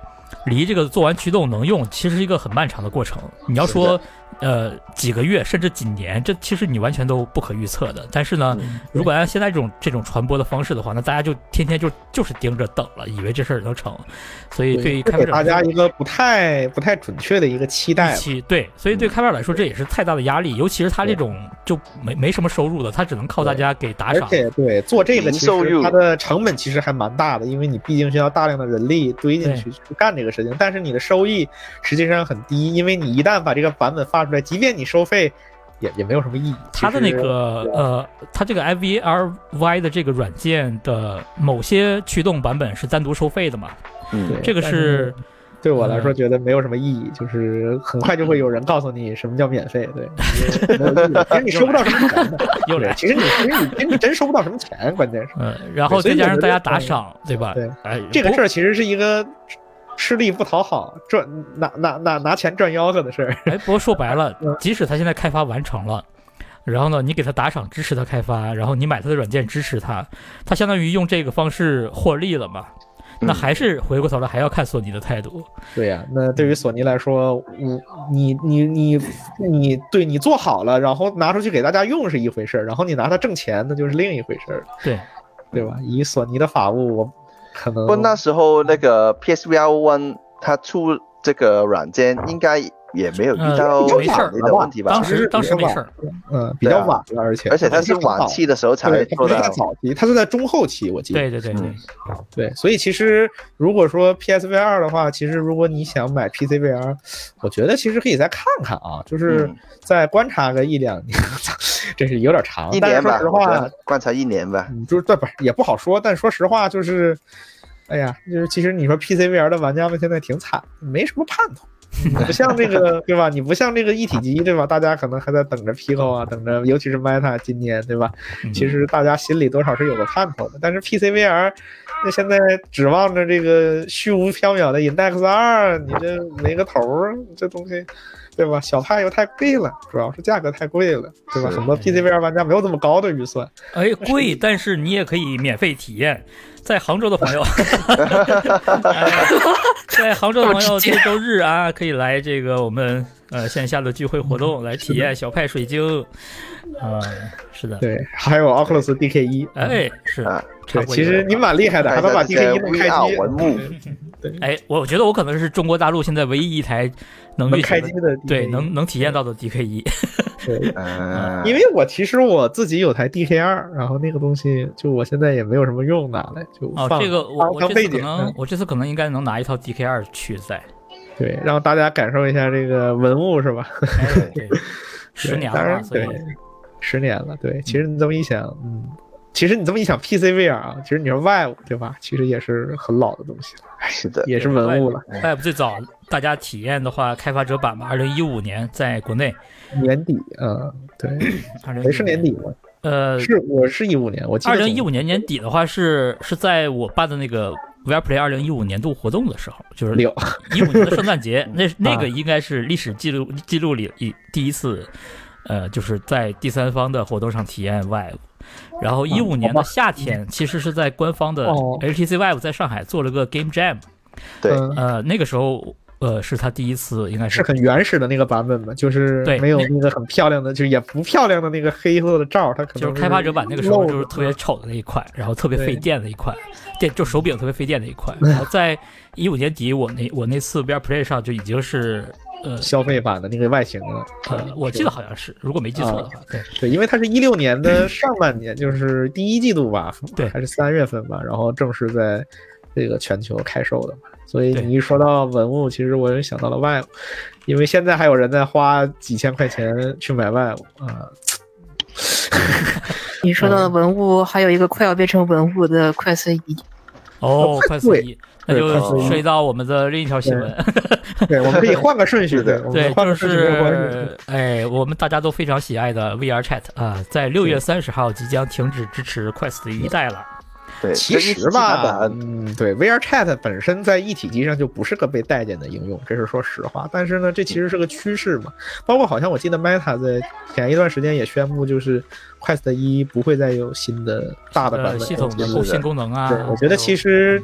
S1: 离这个做完驱动能用，其实是一个很漫长的过程。你要说呃几个月甚至几年，这其实你完全都不可预测的。但是呢，
S3: 嗯
S1: 如果按现在这种这种传播的方式的话，那大家就天天就就是盯着等了，以为这事儿能成。所以对于
S3: 这
S1: 开发
S3: 给
S1: 者
S3: 大
S1: 来说
S3: 家一个不太不太准确的一个期待
S1: 预
S3: 吧。
S1: 期对，所
S3: 嗯
S1: 以对开发者来说这也是太大的压力，尤其是他这种就没没什么收入的，他只能靠大家给打
S3: 而
S1: 赏。
S3: 且对做这个，其
S2: 零售
S3: 实
S2: 用
S3: 它的成本其实还蛮大的，因为你毕竟需要大量的人力堆进去去干这个事情，但是你的收益实际上很低，因为你一旦把这个版本发出来，即便你收费，也也没有什么意义。
S1: 他的
S3: 其
S1: 那
S3: 实
S1: 个呃，他这个 IVRY 的这个软件的某些驱动版本是单独收费的嘛？
S2: 嗯，
S1: 这个
S3: 但是
S1: 是
S3: 对我来说
S1: 嗯
S3: 觉得没有什么意义，就是很快就会有人告诉你什么叫免费， 对，没有意义其实你收不到什么钱的，
S1: 又来
S3: 对，其实你其实你其实你真收不到什么钱，关键是。
S1: 呃，然后
S3: 对所
S1: 再
S3: 以
S1: 加
S3: 我
S1: 上
S3: 觉
S1: 大
S3: 得
S1: 家打
S3: 嗯
S1: 赏，对吧？
S3: 对
S1: 哎，
S3: 这个
S1: 不
S3: 事儿其实是一个吃吃力不讨好、赚拿拿拿拿钱赚吆喝的事儿。
S1: 哎，不过说白了
S3: 嗯，
S1: 即使他现在开发完成了，然后呢，你给他打赏支持他开发，然后你买他的软件支持他，他相当于用这个方式获利了嘛？那
S2: 嗯
S1: 还是回过头来还要看索尼的态度。
S3: 对呀、那对于索尼来说，我你你你你对你做好了，然后拿出去给大家用是一回事儿，然后你拿它挣钱那就是另一回事儿了，
S1: 对，
S3: 对吧？以索尼的法务，我可能
S2: 不过那时候那个 PSVR One 它出这个软件，应该也没有遇到
S1: 呃
S2: 法
S1: 没事儿
S2: 律的问题吧？
S1: 当
S3: 其
S1: 时
S3: 实
S1: 当时
S3: 比
S1: 没
S3: 较晚
S1: 事儿，
S3: 嗯比较晚了，而且
S2: 啊而且它
S3: 是
S2: 是晚期的时候才
S3: 对，它
S2: 做
S3: 不是
S2: 的
S3: 在，早期，它是在中后期，我记得。
S1: 对对对对
S2: 嗯，
S3: 对，所以其实如果说 PSVR 的话，其实如果你想买 PCVR，我觉得其实可以再看看啊，就是
S2: 嗯
S3: 再观察个一两年， 这是有点长。
S2: 一
S3: 但是
S2: 年吧
S3: 说实，
S2: 我觉
S3: 话
S2: 得，观察一年吧。
S3: 嗯就是对不是也不好说，但说实话就是，哎呀，就是其实你说 PCVR 的玩家们现在挺惨，没什么盼头。你不像这个对吧？你不像这个一体机对吧？大家可能还在等着 Pico 啊，等着，尤其是 Meta 今年对吧？
S1: 嗯
S3: 其实大家心里多少是有个盼头的。但是 PCVR，那现在指望着这个虚无缥缈的 Index 二，你这没个头儿，这东西，对吧？小派又太贵了，主要是价格太贵了，对吧？
S2: 是
S3: 很多 PCVR 玩家没有这么高的预算。
S1: 哎贵，但是你也可以免费体验。在杭州的 朋友，哎在杭州的朋友，这周日啊，可以来这个我们呃线下的聚会活
S2: 嗯
S1: 动来体验小派水晶。啊、是的，
S3: 对，还有 Oculus DK 一，
S1: 哎，是
S2: 啊
S1: 看过一
S3: 嗯其
S1: 个。
S3: 实你蛮厉害的，还
S2: 看一
S3: 能把
S2: 下这些
S3: D K 一能开
S2: VR
S3: 机
S2: 文物，
S1: 哎，我觉得我可能是中国大陆现在唯一一台能
S3: 能
S1: 运行
S3: 开
S1: 的
S3: 机的 DK1，
S1: 对能能体验到的 DK 一。
S3: 对
S2: 嗯，
S3: 因为我其实我自己有台 DK 二，然后那个东西就我现在也没有什么用拿来，就
S1: 哦，
S3: 放嗯
S1: 这个我
S3: 当
S1: 我
S3: 当
S1: 这
S3: 背
S1: 次可
S3: 景。
S1: 能我这次可能应该能拿一套 DK 二去 赛。
S3: 对，让大家感受一下这个文物是吧？
S1: 哎 对，十
S3: 对
S1: 年
S3: 当
S1: 了，
S3: 然
S1: 所以
S3: 对，十年了，对。其实你这么一想，嗯，其实你这么一想，PC VR 啊，其实你说 Vive 对吧？其实也是很老的东西了，
S2: 是的，
S3: 也是文物了。
S1: Web 哎最早大家体验的话，开发者版吧，二零一五年在国内，
S3: 年底，嗯， 对，
S1: 二零
S3: 哎，是年底吗？
S1: 呃，
S3: 是，我是一五年，我记得
S1: 二零一
S3: 总
S1: 五年年底的话是是在我办的那个 WebPlay 二零一五年度活动的时候，就是
S3: 六
S1: 一五年的圣诞 节，那那
S3: 啊
S1: 个应该是历史记录记录里一第一次，呃，就是在第三方的活动上体验 Vive。然后一五年的夏天，其实是在官方的
S3: 嗯哦
S1: HTC Vive 在上海做了个 Game Jam，
S2: 对
S3: 嗯
S1: 呃，那个时候呃是他第一次，应该
S3: 是
S1: 是
S3: 很原始的那个版本吧，就是
S1: 对
S3: 没有那个很漂亮的，就也不漂亮的那个黑色的罩，它可能
S1: 就是开发者版那个时候
S3: 漏
S1: 就是
S3: 的
S1: 特别丑的那一款，然后特别
S3: 对
S1: 费电的一款，电就手柄特别费电的一款。
S3: 嗯
S1: 然后在一五年底，我那我那次 VR Play 上就已经是呃
S3: 消费版的那个外形了。嗯
S1: 呃，我记得好像是，如果没记错的话，对
S3: 对，因为它是一六年 的上半年，就是第一季度吧，
S1: 对
S3: 还是三月份吧，然后正式在这个全球开售的嘛。所以
S1: 对
S3: 你一说到文物，其实我也想到了 Vive，因为现在还有人在花几千块钱去买 Vive 啊、
S4: 你说到的文物，还有一个快要变成文物的快速仪，
S1: 哦，快四一，那
S3: 对
S1: 就
S3: 快速
S2: 一
S1: 涉及到我们的另一条新闻，
S3: 对，我们可以换个顺序的，我
S1: 对
S3: 们，换
S1: 就
S3: 个顺序没有关系。
S1: 是哎，我们大家都非常喜爱的 VR Chat 啊、在六月三十号即将停止支持 Quest 一代了。
S2: 对，
S3: 其实吧，
S2: 这一次基本
S3: 嗯，对，VR Chat 本身在一体机上就不是个被待见的应用，这是说实话。但是呢，这其实是个趋势嘛。包括好像我记得 Meta 在前一段时间也宣布，就是 Quest 一不会再有新的大的版
S1: 呃，
S3: 本。
S1: 系统的
S2: 是的
S1: 新功能啊，嗯
S3: 对，我觉得其实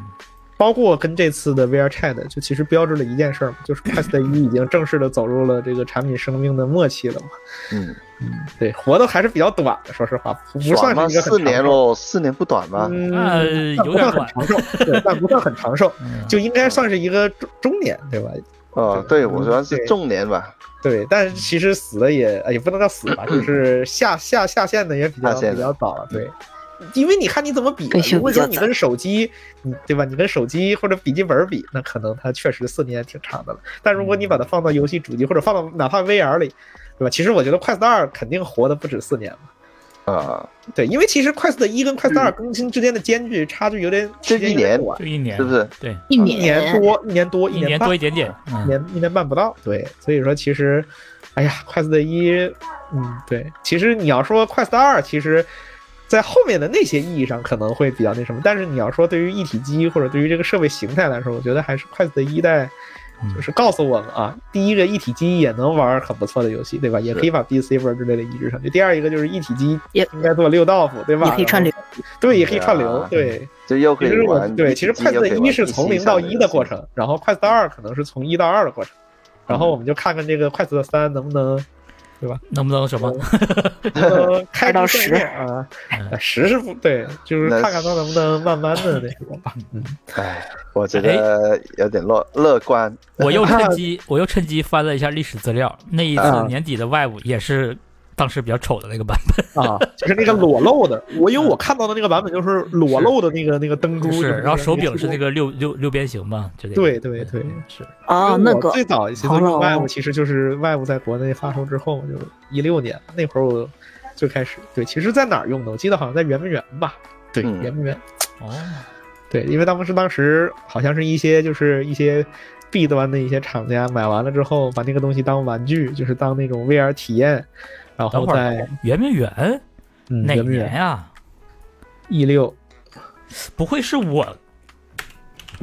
S3: 包括跟这次的 VR Chat，就其实标志了一件事儿嘛，就是 Quest 一已经正式的走入了这个产品生命的末期了嘛。
S2: 嗯，
S3: 对，活的还是比较短的，说实话，不不
S2: 短
S3: 算
S2: 吗？
S3: 是一个很
S2: 四年
S3: 长寿。
S2: 喽，四年不短吗？
S3: 嗯，
S1: 呃
S3: 但
S1: 有
S3: 不
S1: 点
S3: 算很
S1: 短，
S3: 长寿，对，但不算很长寿，
S1: 嗯
S3: 就应该算是一个中中年，对吧？
S2: 哦，对，我说是
S3: 嗯对
S2: 中年吧，
S3: 对，但是其实死的也哎也不能叫死吧， 就是下下下线的也比较
S2: 下线的
S3: 比较早了，
S1: 嗯
S3: 对。因为你看你怎么比
S4: 退
S3: 了，
S4: 休
S3: 如果
S4: 比较
S3: 说你跟手机，你对吧？你跟手机或者笔记本比，那可能它确实四年挺长的了。但如果你
S1: 嗯
S3: 把它放到游戏主机或者放到哪怕 VR 里，对吧？其实我觉得 Quest 二肯定活的不止四年嘛。
S2: 啊，
S3: 对，因为其实 Quest 一跟 Quest
S1: 嗯
S3: 二更新之间的间距差距有点，
S2: 这
S3: 时间
S2: 一
S3: 有点
S2: 年
S3: 短
S1: 就一年，
S2: 是不是？
S1: 对，
S4: 一
S3: 一
S4: 哎
S3: 年多，一年多，
S1: 一
S3: 年
S1: 年
S3: 半
S1: 多一点点，
S3: 一
S1: 嗯，
S3: 年一年半不到。对，所以说其实，哎呀，快速的一，嗯，对，其实你要说快速的二，其实。在后面的那些意义上可能会比较那什么，但是你要说对于一体机或者对于这个设备形态来说，我觉得还是快速的一代
S1: 嗯，
S3: 就是告诉我们啊，第一个一体机也能玩很不错的游戏，对吧？也可以把 B C 本之类的移植上去。第二一个就是一体机
S4: 也
S3: 应该做六道夫，对吧？
S4: 也可以串流，
S3: 对，也可以串流
S2: 啊，
S3: 对。
S2: 就又可
S3: 其
S2: 以
S3: 实我
S2: 玩
S3: 对，其实
S2: 快
S3: Quest
S2: 乐
S3: 一是从零到一的过，程，然后 Quest 二可能是从一到二的过程，然后我们就看看这个 Quest 三能不 能
S1: 能不能什么？
S3: 能不能开
S4: 二到
S3: 枝散
S4: 十
S3: 叶啊， 十是不对，就是看看它能不能慢慢的那什 么吧。嗯，
S2: 哎，我觉得有点乐乐观，
S1: 我又趁 机，我又趁机翻了一下历史资料，那一次
S3: 啊
S1: 年底的 Vive 也是当时比较丑的那个版
S3: 啊，就是那个裸露的，我因为我看到的那个版本就是裸露的那个那个灯珠，
S1: 本，，
S3: 就是是
S1: 然后手嗯柄是
S3: 那
S1: 那
S3: 个。
S1: 个六六六边形嘛，就那个
S3: 对对对
S1: 嗯是，
S4: 哦，那
S3: 哎我
S4: 个
S3: 最早一次
S4: 好
S3: 用
S4: 冷哦
S3: Vive 其实就是 Vive 在国内发售之后，就一六年那会儿我最开始对，其实在哪儿用的？我记得好像在圆明园吧，对，
S2: 嗯
S3: 圆明园，
S1: 哦，
S3: 对，因为当时当时好像是一些就是一些 B 端的一些厂家买完了之后，把那个东西当玩具，就是当那种 VR 体验，然
S1: 等
S3: 后
S1: 会
S3: 在
S1: 儿圆明园
S3: 嗯
S1: 哪
S3: 圆明
S1: 年
S3: 园
S1: 呀？
S3: 一六，
S1: 不会是我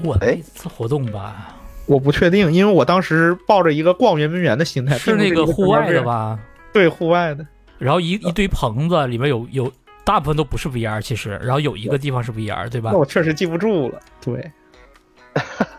S1: 我那
S2: 哎
S1: 次活动吧？
S3: 我不确定，因为我当时抱着一个逛圆明园的心态，
S1: 是
S3: 并不
S1: 那
S3: 一
S1: 个户外的
S3: 什么 VR？
S1: 吧？
S3: 对，户外的。
S1: 然后一一堆棚子里面有有。大部分都不是 VR，其实，然后有一个地方是 VR，对吧
S3: 那？我确实记不住了，对。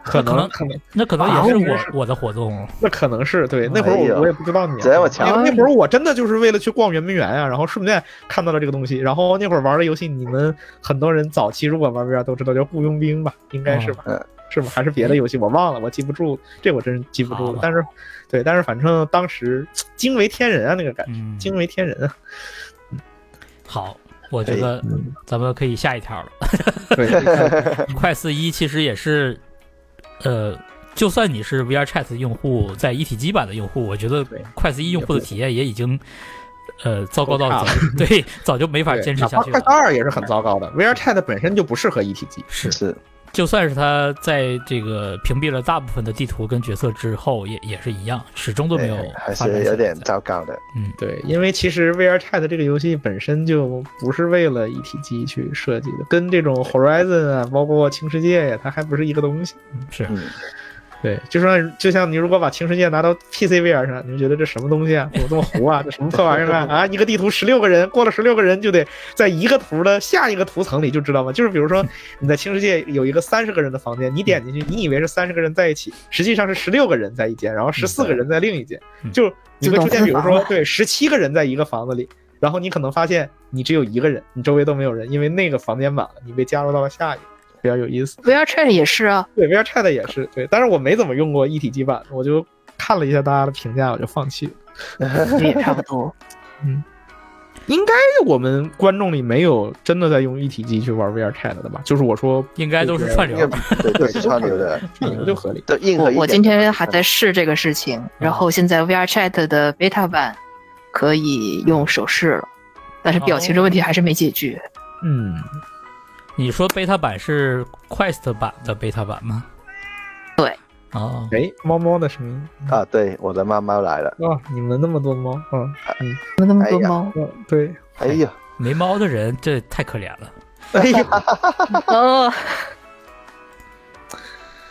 S3: 可
S1: 可能
S3: 可能
S1: 那可能
S3: 啊
S1: 也是
S3: 我觉得
S1: 我
S3: 是
S1: 我的活动，
S3: 那可能是对，那会儿
S2: 哎呦
S3: 我我也不知道你、啊，
S2: 这么巧
S3: 因为那会儿我真的就是为了去逛圆明园啊，然后顺便看到了这个东西，然后那会儿玩的游戏，你们很多人早期如果玩 VR 都知道叫雇佣兵吧，应该是吧？
S2: 嗯
S3: 是吗？还是别的游戏？我忘了，我记不住，这我真是记不
S1: 好
S3: 住了
S1: 吧。
S3: 但是，对，但是反正当时惊为天人啊，那个感觉，
S1: 嗯，
S3: 惊为天人啊！
S1: 好，我觉得
S3: 嗯
S1: 咱们可以下一条了。
S3: 对，你 看
S1: 快四一其实也是，呃，就算你是 VR Chat 用户，在一体机版的用户，我觉得
S3: 对
S1: 快四一用户的体验也已经，呃，糟糕到
S3: 够差
S1: 早 对早就没法
S3: 对
S1: 坚持
S3: 哪
S1: 下
S3: 怕
S1: 去
S3: 快
S1: 了。
S3: 二也是很糟糕的，VR Chat 本身就不适合一体机。
S1: 是，
S2: 是
S1: 就算是它在这个屏蔽了大部分的地图跟角色之后，也也是一样，始终都没有
S2: 哎还
S1: 发展起来
S2: 是有点糟糕的。
S3: 对，因为其实 VR Chat 这个游戏本身就不是为了一体机去设计的，跟这种 Horizon 啊，包括轻世界呀、它还不是一个东西。
S1: 是
S2: 嗯，
S3: 对，就说就像你如果把轻世界拿到 PC VR 上，你就觉得这什么东西啊，怎么这么糊啊，这什么破玩意儿啊？啊，一个地图十六个人，过了十六个人就得在一个图的下一个图层里，就知道吗？就是比如说你在轻世界有一个三十个人的房间，你点进去，你以为是三十个人在一起，实际上是十六个人在一间，然后十四个人在另一间，
S1: 嗯
S3: 就你会出现，比如
S4: 自动分
S3: 说
S4: 房
S3: 对十七个人在一个房子里。然后你可能发现你只有一个人，你周围都没有人，因为那个房间满了，你被加入到了下一个，比较有意思。
S4: VR Chat 也是啊，
S3: 对，VR Chat 也是对，但是我没怎么用过一体机版，我就看了一下大家的评价，我就放弃了。
S4: 这也差不多。
S3: 应该我们观众里没有真的在用一体机去玩 VR Chat 的吧？就是我说
S1: 应该都是串流
S2: 应该对，这是串流的，
S3: 串流就合理。
S2: 都硬核
S4: 我
S2: 一点。
S4: 我今天还在试这个事情，然后现在 VR Chat 的 beta 版可以用手势了，但是表情这问题还是没解决。
S3: 嗯，
S1: 你说 beta 版是 Quest 版的 beta 版吗？
S4: 对。
S1: 哦，
S3: 哎，猫猫的声音
S2: 啊，对，我的猫猫来了。
S3: 哇，哦你们那么多猫啊？嗯
S4: 怎么那么多
S2: 哎呀
S4: 猫？
S3: 嗯，对，
S2: 哎呀，
S1: 没猫的人这太可怜了。
S3: 哎呦，
S4: 哦，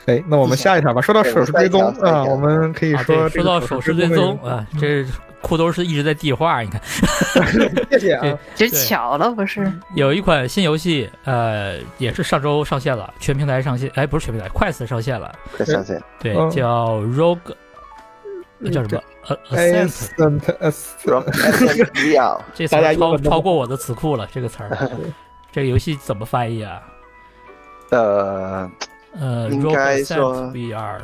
S3: 哎，那我们下一条吧。说到手势追踪
S2: 对我们下一条
S3: 啊，我们可以
S1: 啊，
S3: 说
S1: 对，
S3: 这
S1: 说
S3: 个
S1: 到手势追踪 啊，这裤兜是一直在递话，你看。
S3: 的，谢谢啊
S1: 对。
S4: 只巧了不是？
S1: 有一款新游戏，呃，也是上周上线了，全平台上线，哎，不是全平台，快死上线了，
S2: 再上线，
S1: 对，
S3: 嗯
S1: 叫 Rogue，呃叫什么？呃
S3: 哎
S1: Ascent，
S2: 然后不要，
S1: 这词
S3: 大家
S1: 儿
S3: 用
S1: 超
S3: 的都
S1: 超过我的词库了，这个词 儿，这个游戏怎么翻译啊？
S2: 呃，
S1: 呃
S2: 应
S1: ，Rogue
S2: 该
S1: Ascent
S2: 说
S1: VR，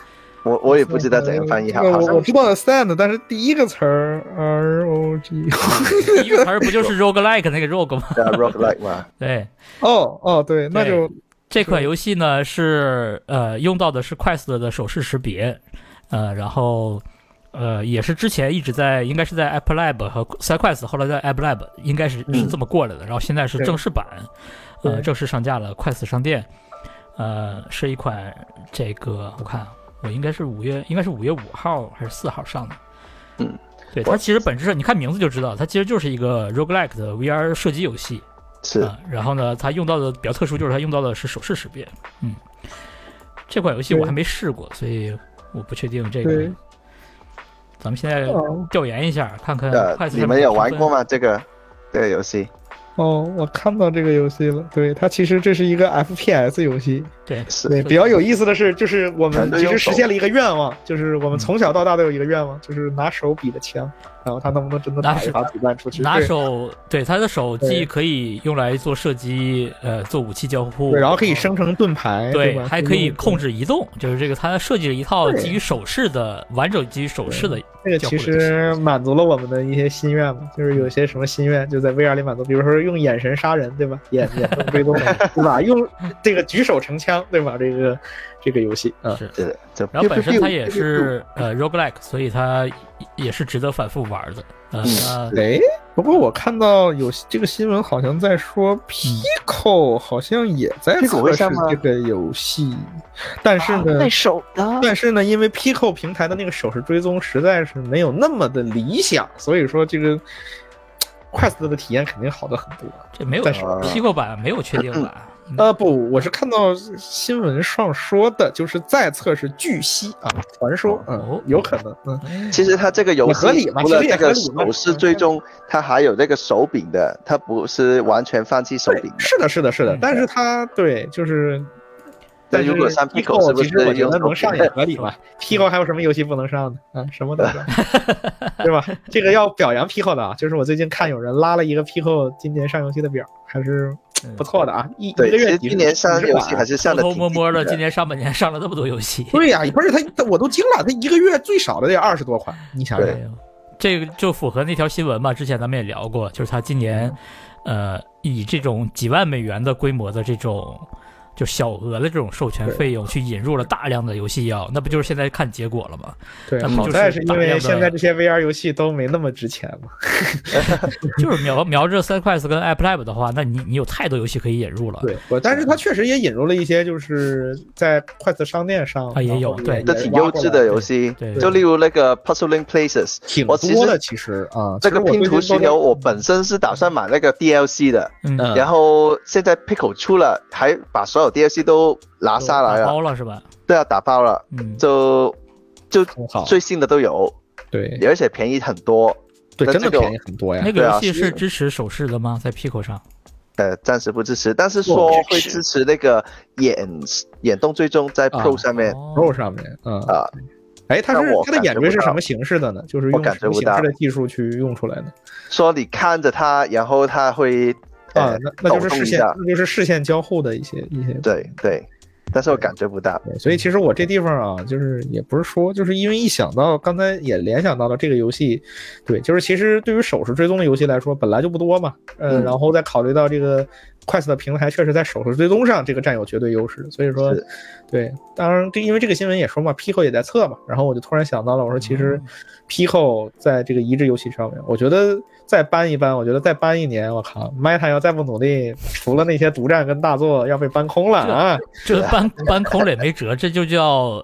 S2: 我我也不知道怎样翻译，好，好
S3: 呃我
S2: 像
S3: 我知道 stand，但是第一个词儿 R O G，
S1: 第一个词儿不就是 Roguelike 那个 Rogue 吗？
S2: 叫 roguelike 嘛，
S1: 对，
S3: 哦哦，对，那就
S1: 这款游戏呢是呃用到的是 Quest 的手势识别，呃，然后呃也是之前一直在应该是在 App Lab 和 SideQuest，后来在 App Lab 应该是
S2: 嗯
S1: 是这么过来的，然后现在是
S3: 对
S1: 正式版，呃
S3: 对
S1: 正式上架了 Quest 商店，呃是一款这个我看我应该是五月应该是五月五号还是四号上的，
S2: 嗯。
S1: 对它其实本质上，你看名字就知道，它其实就是一个 roguelike 的 VR 射击游戏。
S2: 是
S1: 啊。然后呢，它用到的比较特殊，就是它用到的是手势识别。嗯，这款游戏我还没试过，所以我不确定这个
S3: 对。
S1: 咱们现在
S3: 哦
S1: 调研一下，看看
S2: 呃
S1: 快，速
S2: 你们有玩过？吗？这个这个游戏
S3: 哦，我看到这个游戏了。对，它其实这是一个 FPS 游戏。
S1: 对，
S2: 是
S3: 对，比较有意思的是，就是我们
S2: 全都
S3: 其
S2: 用
S3: 实实
S2: 手
S3: 现了一个愿望，就是我们
S1: 嗯
S3: 从小到大都有一个愿望，就是拿手比的枪，然后他能不能真的
S1: 拿
S3: 打一
S1: 手
S3: 发子弹出去？
S1: 拿
S3: 对
S1: 手对它的手
S3: 对
S1: 既可以用来做射击，呃，做武器交互，
S3: 对，然后可以生成盾牌，对
S1: 哦对，
S3: 吧，
S1: 还可以控
S3: 制。
S1: 制移动，就是这个它设计了一套
S3: 对
S1: 基于手势的完整基于手势的
S3: 这个
S1: 交
S3: 其
S1: 互的游戏
S3: 实满足了我们的一些心愿嘛，就是有些什么心愿就在 VR 里满足，比如说用眼神杀人，对吧？眼眼动追踪， 对吧？用这个举手成枪，对吧？这个这个游戏啊，
S1: 是。
S2: 是的，这
S1: 然后本身它也是呃 roguelike，所以它也是值得反复玩的。呃，
S2: 嗯
S1: 那
S3: 哎，不过我看到有这个新闻，好像在说 Pico 好像也在
S2: Pico
S3: 测
S2: 会
S3: 试
S2: 上吗
S3: 这个游戏，但是呢，
S4: 带手的，
S3: 但是呢，因为 Pico 平台的那个手势追踪实在是没有那么的理想，所以说这个 Quest 的体验肯定好的很多。
S1: 这没有
S3: 但是
S1: Pico 版没有确
S2: 嗯
S1: 定版，嗯
S3: 呃，不，我是看到新闻上说的，就是在测试，据悉啊，传说，嗯
S1: 哦，
S3: 有可能，嗯，
S2: 其实它这个游
S3: 也
S2: 戏
S3: 合理嘛
S2: 除了
S3: 其实也
S2: 这个
S3: 合理嘛
S2: 手势追踪，它还有这个手柄的，它不是完全放弃手
S3: 对
S2: 柄的，
S3: 是的，是的，是的
S1: 嗯，
S3: 但是它对，就是
S2: 那如果上 Pico 是
S3: Pico，
S2: 不
S3: 其实我
S2: 是
S3: 觉
S2: 用
S3: 得能
S2: 手
S3: 上
S2: 柄
S3: 也合理 嘛。Pico 还有什么游戏不能上的？嗯，什么都上，对吧？这个要表扬 Pico 的啊，就是我最近看有人拉了一个 Pico 今年上游戏的表，还是不错的啊。一一个
S2: 嗯对，其
S3: 月
S2: 实
S3: 几
S2: 今年上游戏还
S3: 是
S2: 是上
S1: 偷
S2: 的
S1: 偷
S2: 挺
S1: 摸摸
S2: 低
S1: 的，
S2: 的
S1: 今。年上半年 上了这么多游戏。
S3: 对呀、不是他，他我都惊了，他一个月最少的得有二十多款，你想想
S2: 对。
S1: 哎呦这个就符合那条新闻嘛，之前咱们也聊过，就是他今年，呃，以这种几万美元的规模的这种就小额的这种授权
S3: 对
S1: 费用，去引入了大量的游戏药，那不就是现在看结果 了吗？
S3: 对，
S1: 那么
S3: 好
S1: 就是
S3: 在是因
S1: 大量
S3: 为
S1: 的
S3: 现在这些 VR 游戏都没那么值钱嘛。
S1: 就是瞄瞄着 SideQuest 跟 AppLab 的话，那你你有太多游戏可以引入了。
S3: 对，我但是它确实也引入了一些，就是在快速商店上
S1: 啊也有
S3: 然后
S1: 对
S3: 也
S2: 都挺优质的游戏
S1: 对对，
S2: 就例如那个 Puzzling Places，
S3: 挺
S2: 我其
S3: 多
S2: 实
S3: 的，其实啊，
S2: 这个
S3: 其实我
S2: 拼
S3: 最近
S2: 图
S3: 都
S2: 犀
S3: 在
S2: 牛，我本身是打算买那个 DLC 的，
S1: 嗯，
S3: 嗯
S2: 然后现在 Pico 出了，还把所有 DLC 都拿下来
S1: 打
S2: 了，
S1: 包了是吧？
S2: 对啊，打包了，
S1: 嗯，
S2: 就就
S3: 很好，
S2: 最新的都有，
S3: 对
S2: 而且便宜很多。
S3: 对，
S2: 那
S3: 真的
S2: 这个
S3: 便宜很多呀
S1: 那。个
S2: 对啊
S1: 游戏
S2: 是
S1: 是支持手势的吗？在 Pico 上？
S2: 呃，暂时不支持，但是
S3: 我
S2: 说
S3: 不
S2: 会
S3: 支持
S2: 支持那个眼眼动追踪在
S3: 啊
S2: Pro 上面。
S3: Pro
S1: 哦，
S3: 上面，嗯
S2: 啊，
S3: 哎，它是
S2: 但我
S3: 它的
S2: 感
S3: 眼
S2: 觉
S3: 锥
S2: 不
S3: 是什
S2: 到
S3: 么形式的呢？就是
S2: 我
S3: 用
S2: 感
S3: 什
S2: 觉
S3: 么
S2: 不
S3: 形式
S2: 到
S3: 的技术去用出来的
S2: 说你看着它，然后它会
S3: 啊
S2: 呃？
S3: 那那就
S2: 抖
S3: 是
S2: 动
S3: 视
S2: 一
S3: 线
S2: 下，
S3: 那就是视线交互的一些一些
S2: 对对，但是我感觉不到。
S3: 对，所以其实我这地方啊，就是也不是说，就是因为一想到刚才也联想到了这个游戏，对，就是其实对于手势追踪的游戏来说，本来就不多嘛，呃，
S2: 嗯
S3: 然后再考虑到这个快速的平台确实在手势追踪上这个占有绝对优势，所以说
S2: 是，
S3: 对，当然这因为这个新闻也说嘛，Pico 也在测嘛，然后我就突然想到了，我说其
S2: 哦
S3: 实 Pico 在这个移植游戏上面，我觉得再搬一搬，我觉得再搬一年，我靠，Meta 要再不努力，除了那些独占跟大作要被搬空了啊。
S1: 这搬搬空了也没辙，这就叫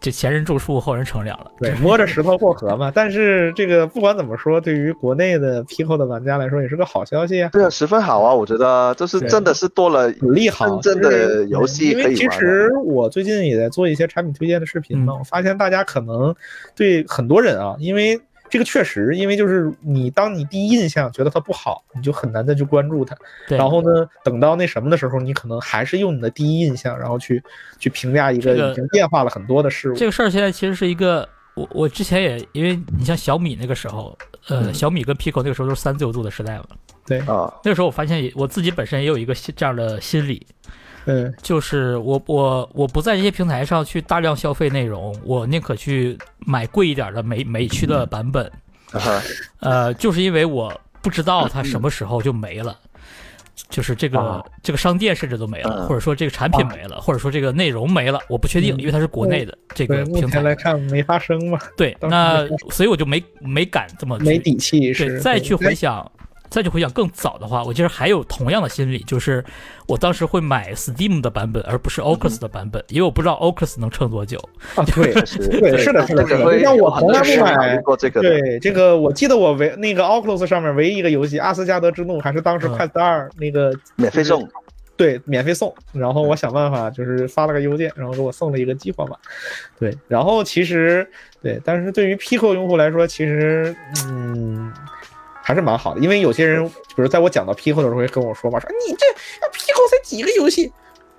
S1: 这前人种树，后人乘凉了。
S3: 对，摸着石头过河嘛。但是这个不管怎么说，对于国内的 Pico 的玩家来说，也是个好消息啊，
S2: 对啊，十分好啊，我觉得就是
S3: 对
S2: 真的是多了
S3: 很利好。
S2: 真正的游戏
S3: 因
S2: 可
S3: 为
S2: 以
S3: 其
S2: 玩了。
S3: 实我最近也在做一些产品推荐的视频嘛，
S1: 嗯
S3: 我发现大家可能对很多人啊，因为这个确实，因为就是你当你第一印象觉得它不好，你就很难再去关注它。
S1: 对，
S3: 然后呢，等到那什么的时候，你可能还是用你的第一印象，然后去去评价一
S1: 这个
S3: 个已经变化了很多的事物。
S1: 这个事儿现在其实是一个，我我之前也因为你像小米那个时候，呃，
S3: 嗯
S1: 小米跟 Pico 那个时候都是三自由度的时代嘛。
S2: 啊，
S1: 那个时候我发现也我自己本身也有一个心这样的心理，
S3: 嗯，
S1: 就是我我我不在这些平台上去大量消费内容，我宁可去买贵一点的美美区的版本，
S2: 啊哈
S1: 呃，就是因为我不知道它什么时候就没了。就是这个、
S3: 啊
S1: 这个商店甚至都没了，
S2: 嗯
S1: 或者说这个产品没了，或者说这个内容没了，我不确定，
S3: 嗯
S1: 因为它是国内的这
S3: 对，
S1: 个
S3: 目
S1: 平台
S3: 前。来看没发生嘛。
S1: 对，
S3: 当时
S1: 那
S3: 没
S1: 所以我就没没敢这么去
S3: 没哎底气
S1: 对，
S3: 是
S1: 再去回
S3: 对
S1: 想，再去回想更早的话，我其实还有同样的心理，就是我当时会买 Steam 的版本，而
S3: 嗯
S1: 不是 Oculus 的版本，因为我不知道 Oculus 能撑多久。
S3: 啊，对
S2: 确实，
S3: 对是的是的
S2: 这
S3: 是
S2: 个
S3: 的
S2: 会
S3: 像我
S2: 很
S3: 从
S2: 多
S3: 来不
S2: 人考
S3: 买
S2: 虑过这个的，
S3: 对这个，我记得我唯那个 Oculus 上面唯一一个游戏《阿斯加德之怒》，还是当时
S1: 嗯
S3: 快 u 二、那个
S2: 免费送，
S3: 对免费送，然后我想办法就是发了个邮件，然后给我送了一个激活版。对，然后其实对，但是对于 Pico 用户来说，其实嗯。还是蛮好的，因为有些人，比如在我讲到 Pico 的时候，会跟我说嘛，说你这 Pico 才几个游戏，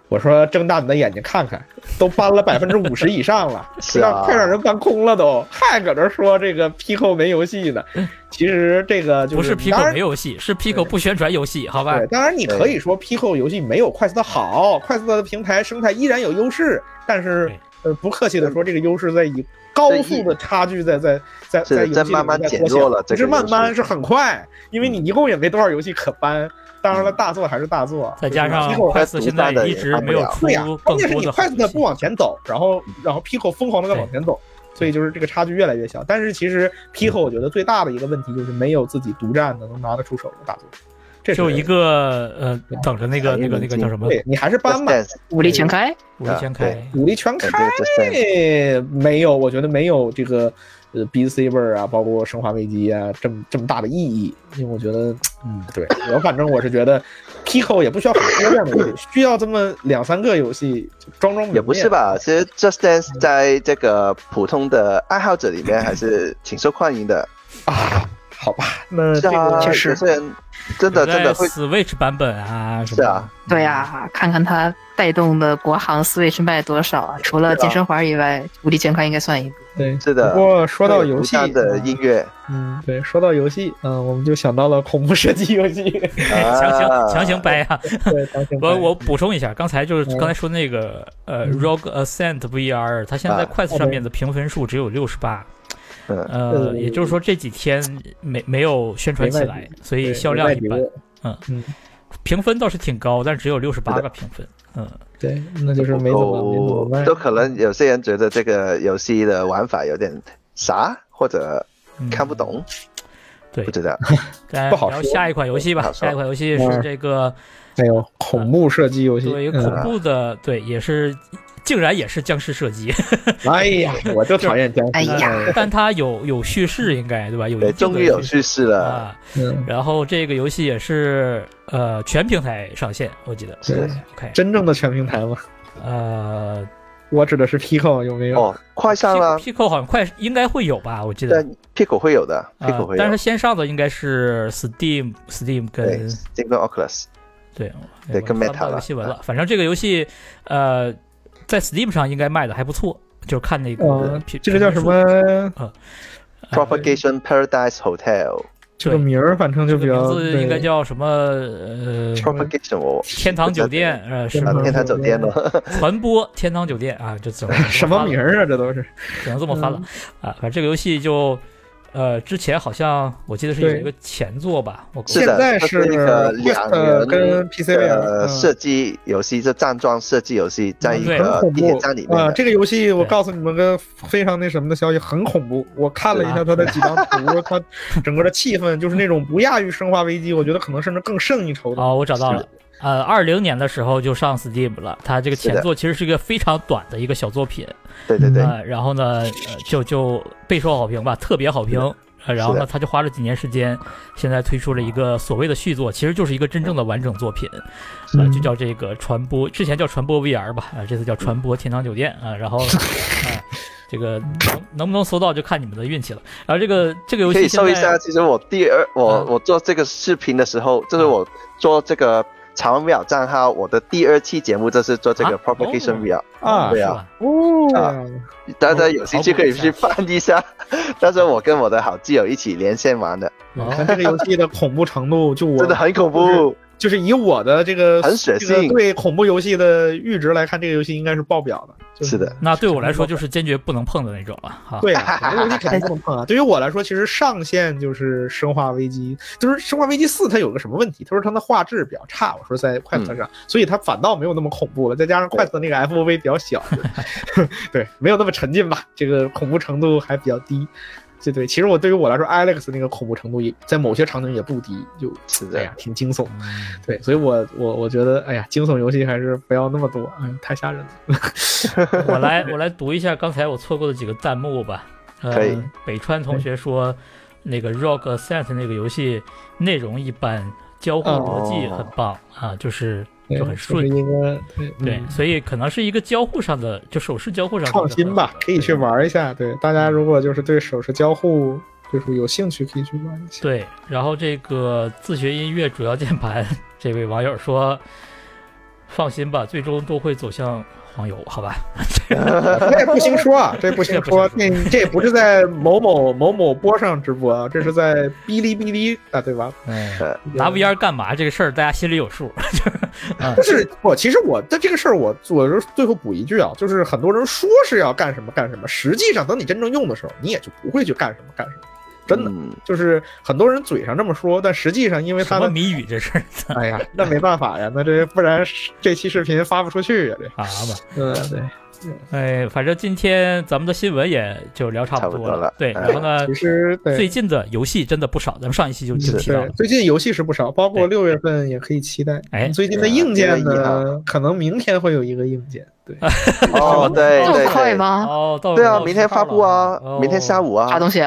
S3: 我说睁大你的眼睛看看，都搬了百分之五十以上了，
S2: 是
S3: 让
S2: 啊
S3: 快，让人搬空了都，还搁这说这个 Pico 没游戏呢。
S2: 嗯
S3: 其实这个就
S1: 不是
S3: 当
S1: Pico
S3: 然
S1: 没游戏，是 Pico 不宣传游戏，好吧
S3: 对，？当然你可以说 Pico 游戏没有快速的好，快速的平台生态依然有优势，但是
S1: 对
S3: 呃不客气的说，这个优势在以高速的差距在在在
S2: 是
S3: 在
S2: 的
S3: 游戏
S2: 在
S3: 里
S2: 慢慢
S3: 面在
S2: 减
S3: 缩小
S2: 弱了
S3: 不
S2: 这
S3: 是
S2: 个
S3: 慢
S2: 优
S3: 慢
S2: 势嗯
S3: 是很快，因为你一共也没多少游戏可搬。当然了，大作还是大作，
S1: 再加上
S3: 就是 Pico
S1: 快四现在也一直没有出
S3: 对呀、
S1: 更
S3: 啊关键是
S1: 多
S3: 你
S1: 的好
S3: 快速的
S1: 游
S3: 不
S1: 戏。
S3: 往前走，然后然后 Pico 疯狂的在往前走，所以就是这个差距越来越小。但是其实
S1: 嗯
S3: Pico 我觉得最大的一个问题就是没有自己独占的能拿得出手的大作，这是
S1: 就一个呃，等着那个
S2: 对
S1: 那个那个叫什么
S3: 对你还是搬吧，
S2: Just Dance，
S4: 武力全开，
S1: 武力全开，
S3: 武力全
S2: 对对
S3: 开
S2: ，Just Dance，
S3: 没有，我觉得没有这个呃 B C 味儿啊，包括生化危机啊这么这么大的意义，因为我觉得嗯对我反正我是觉得 Pico 也不需要很多这样的游戏，需要这么两三个游戏就装装门面
S2: 也不是吧？其实 Just Dance 在这个普通的爱好者里面还是挺受欢迎的。
S3: 啊。好吧，那
S2: 是
S3: 这
S2: 啊，
S3: 个
S4: 确
S2: 有
S4: 实
S2: 些人真的真
S1: 在
S2: 的会
S1: Switch 版本啊什么
S2: 是
S1: 的。
S2: 啊
S3: 嗯
S4: 对呀、看看它带动的国行 Switch 卖多少啊！除了
S2: 对啊
S4: 健身环以外，无力健康应该算一个。
S3: 对，
S2: 是的
S3: 不过说到游戏
S2: 会有独家的音乐
S3: 嗯，对，说到游戏，嗯，我们就想到了恐怖射击游戏，
S1: 嗯，强
S2: 啊
S1: 行强行掰啊！
S3: 对，当前
S1: 我我补充一下，刚才就是
S3: 嗯
S1: 刚才说那个呃
S3: 嗯
S1: ，ROG Ascent VR，它现在在
S2: 啊
S1: Quest 上面的评分数只有六十八，
S2: 嗯
S1: 呃，也就是说这几天没没有宣传起
S3: 没外
S1: 来，所以销量一般。，嗯
S3: 嗯，
S1: 评分倒是挺高，但只有六十八个评分。嗯，
S3: 对，那就是没怎么没怎么办
S2: 哦都，可能有些人觉得这个游戏的玩法有点啥，或者
S1: 嗯
S2: 看不。懂，
S1: 对
S2: 不，知道。
S1: 咱
S3: 不好
S1: 聊
S3: 说
S1: 下一款游戏
S2: 不
S1: 吧。
S2: 好说
S1: 下一款游戏是
S3: 嗯
S1: 这个
S3: 还有恐怖射击游戏
S1: 作，为一个
S3: 嗯，
S1: 恐怖的，对，也是竟然也是僵尸射击，
S3: 哎呀，我就讨厌僵尸，
S4: 哎呀，
S1: 但它有有叙事，应该对吧？有一
S2: 对，
S1: 定
S2: 哎终
S1: 的
S2: 于有
S1: 叙
S2: 叙事了，
S1: 啊。
S3: 嗯，
S1: 然后这个游戏也是呃全平台上线，我记得。
S2: 是
S3: 对
S1: OK，
S3: 真正的全平台嘛，
S1: 呃，
S3: 我指的是 Pico 有没有？
S2: 哦，快上了
S1: p i c o 好像快应该会有吧，我记得
S2: 但。，Pico 会有的
S1: 啊
S2: ，Pico 会有
S1: 但是，先上的应该是 Steam、Steam
S2: 对
S1: 跟，
S2: 这个 Oculus
S1: 对
S2: 对
S1: 我
S2: 跟
S1: 看到这
S2: Meta
S1: 个
S2: 了
S1: 新闻
S2: 啊
S1: 了。反正这个游戏，呃，在 Steam 上应该卖的还不错，就是看那个
S3: 嗯
S1: 评，呃
S3: 这个叫什么？？
S1: 评分数呃
S2: Propagation Paradise Hotel
S3: 这个
S1: 对
S3: 名儿反正就
S1: 这
S3: 比
S1: 个名
S3: 较，
S1: 字应该
S3: 对
S1: 叫什么？ 呃，
S2: Propagation 我
S1: 天堂酒店，呃，什
S2: 啊
S1: 么
S3: 嗯
S2: 天堂酒店了，
S1: 传播天堂酒店啊？这怎么
S3: 什么名儿啊？嗯这都是
S1: 只能这么翻了啊。反正这个游戏就，呃，之前好像我记得是有
S3: 对
S1: 一个前作吧，我
S2: 是
S3: 现
S2: 的
S3: 在
S2: 它
S3: 是
S2: 是那个两
S3: Quest
S2: 人
S3: 跟 PC
S2: 呃，
S3: VR
S2: 射击游戏，这站桩射击游戏，在一
S1: 嗯对
S2: 个
S3: 很恐
S2: 地铁
S3: 怖
S2: 站里面
S1: 嗯
S3: 啊，
S2: 的，
S3: 这个游戏我
S1: 对
S3: 告诉你们个非常那什么的消息，很恐怖。我看了一下它的 几张图，它整个的气氛就是那种不亚于《生化危机》，我觉得可能甚至更胜一筹的。
S1: 哦，我找到了。呃，二零年的时候就上 Steam 了，它这个
S2: 是的
S1: 前作其实是一个非常短的一个小作品，
S2: 对对对，
S1: 呃，然后呢，呃、就就备受好评吧，特别好评。呃，然后
S2: 是
S1: 呢，他就花了几年时间，现在推出了一个所谓的续作，其实就是一个真正的完整作品，呃，
S3: 嗯
S1: 就叫这个传播，之前叫传播 VR 吧，啊、这次叫传播天堂酒店啊、 然后，啊、这个能能不能搜到就看你们的运气了。然后这个这个游戏
S2: 可以
S1: 现
S2: 搜
S1: 在
S2: 一下。其实我第二，我
S1: 嗯
S2: 我做这个视频的时候，就是我做这个台湾 VR 账号，我的第二期节目就是做这个
S1: 啊
S2: propagation VR，
S3: 啊
S2: 对
S1: 是
S2: 啊
S1: 吧？
S3: 哦，
S2: 大家有兴趣可以去
S1: 考
S2: 翻一下。 当时我跟我的好基友一起连线玩的，
S1: 哦
S3: 看这个游戏的恐怖程度，就我
S2: 真的很恐
S3: 就
S2: 怖。
S3: 就是以我的这个
S2: 很血腥
S3: 这个对恐怖游戏的阈值来看，这个游戏应该是爆表的。就是
S2: 的，
S1: 那对我 来说就是坚决不能碰的那种了 哈。
S3: 对啊，很多游戏肯定不能碰啊。对于我来说，其实上限就是《生化危机》，就是《生化危机四》，它有个什么问题？他说它的画质比较差，我说在
S1: 嗯
S3: Quest 上，所以它反倒没有那么恐怖了。再加上 Quest
S1: 哦
S3: 那个 FOV 比较小， 对，没有那么沉浸吧，这个恐怖程度还比较低。对对，其实我对于我来说，Alex 那个恐怖程度也在某些场景也不低，就是哎
S1: 啊
S2: 的
S3: 呀，挺惊悚。
S1: 嗯
S3: 对，所以我我我觉得，哎呀，惊悚游戏还是不要那么多，哎呀，太吓人了。
S1: 我来我来读一下刚才我错过的几个弹幕吧。呃、
S2: 可以。
S1: 北川同学说，那个 Rock Ascent 那个游戏内容一般，交互逻辑
S3: 哦
S1: 很棒、啊，就是就很顺。
S3: 对就是一嗯个
S1: 对，所以可能是一个交互上的，就手势交互上的
S3: 创新吧，可以去。玩一下。对，大家如果就是对手势交互就是有兴趣，可以去玩一下。
S1: 对，然后这个自学音乐主要键盘，这位网友说，放心吧，最终都会走向黄油，好吧？
S3: 这也不行说啊，这也不行说，
S1: 这
S3: 那这也不是在某某某某播上直播啊，这是在哔哩哔哩啊，对吧？
S1: 嗯，拿 VR 干嘛这个事儿，大家心里有数。
S3: 不是我，其实我的这个事儿，我我是最后补一句啊，就是很多人说是要干什么干什么，实际上等你真正用的时候，你也就不会去干什么干什么。真 的
S2: 嗯
S3: 就是很多人嘴上这么说，但实际上因为
S1: 什
S3: 他
S1: 么
S3: 们，
S1: 谜语这是
S3: 哎呀，那没办法呀，那这不然这期视频发不出去呀，这，
S1: 啊嘛？
S3: 嗯，对。
S1: 哎，反正今天咱们的新闻也就聊差不多
S2: 差不多了
S1: 对，
S2: 哎
S1: 然后呢
S3: 其，实对嗯
S1: 最近的游戏真的不少，咱们上一期就就提到
S3: 对
S1: 了，。
S3: 最近游戏是不少，包括
S1: 对
S3: 六月份也可以期待。
S1: 哎
S3: 最近的
S2: 对啊
S3: 硬件
S2: 六月一
S3: 呢
S2: 号，
S3: 可能明天会有一个硬件。对，
S1: 啊
S2: 哦，对
S4: 这
S2: 对
S4: 么快
S2: 对，
S4: 吗？
S1: 哦，到
S2: 对啊，
S1: 到
S2: 明天发布啊
S1: 哦，
S2: 明天下午啊
S4: 啥，东西？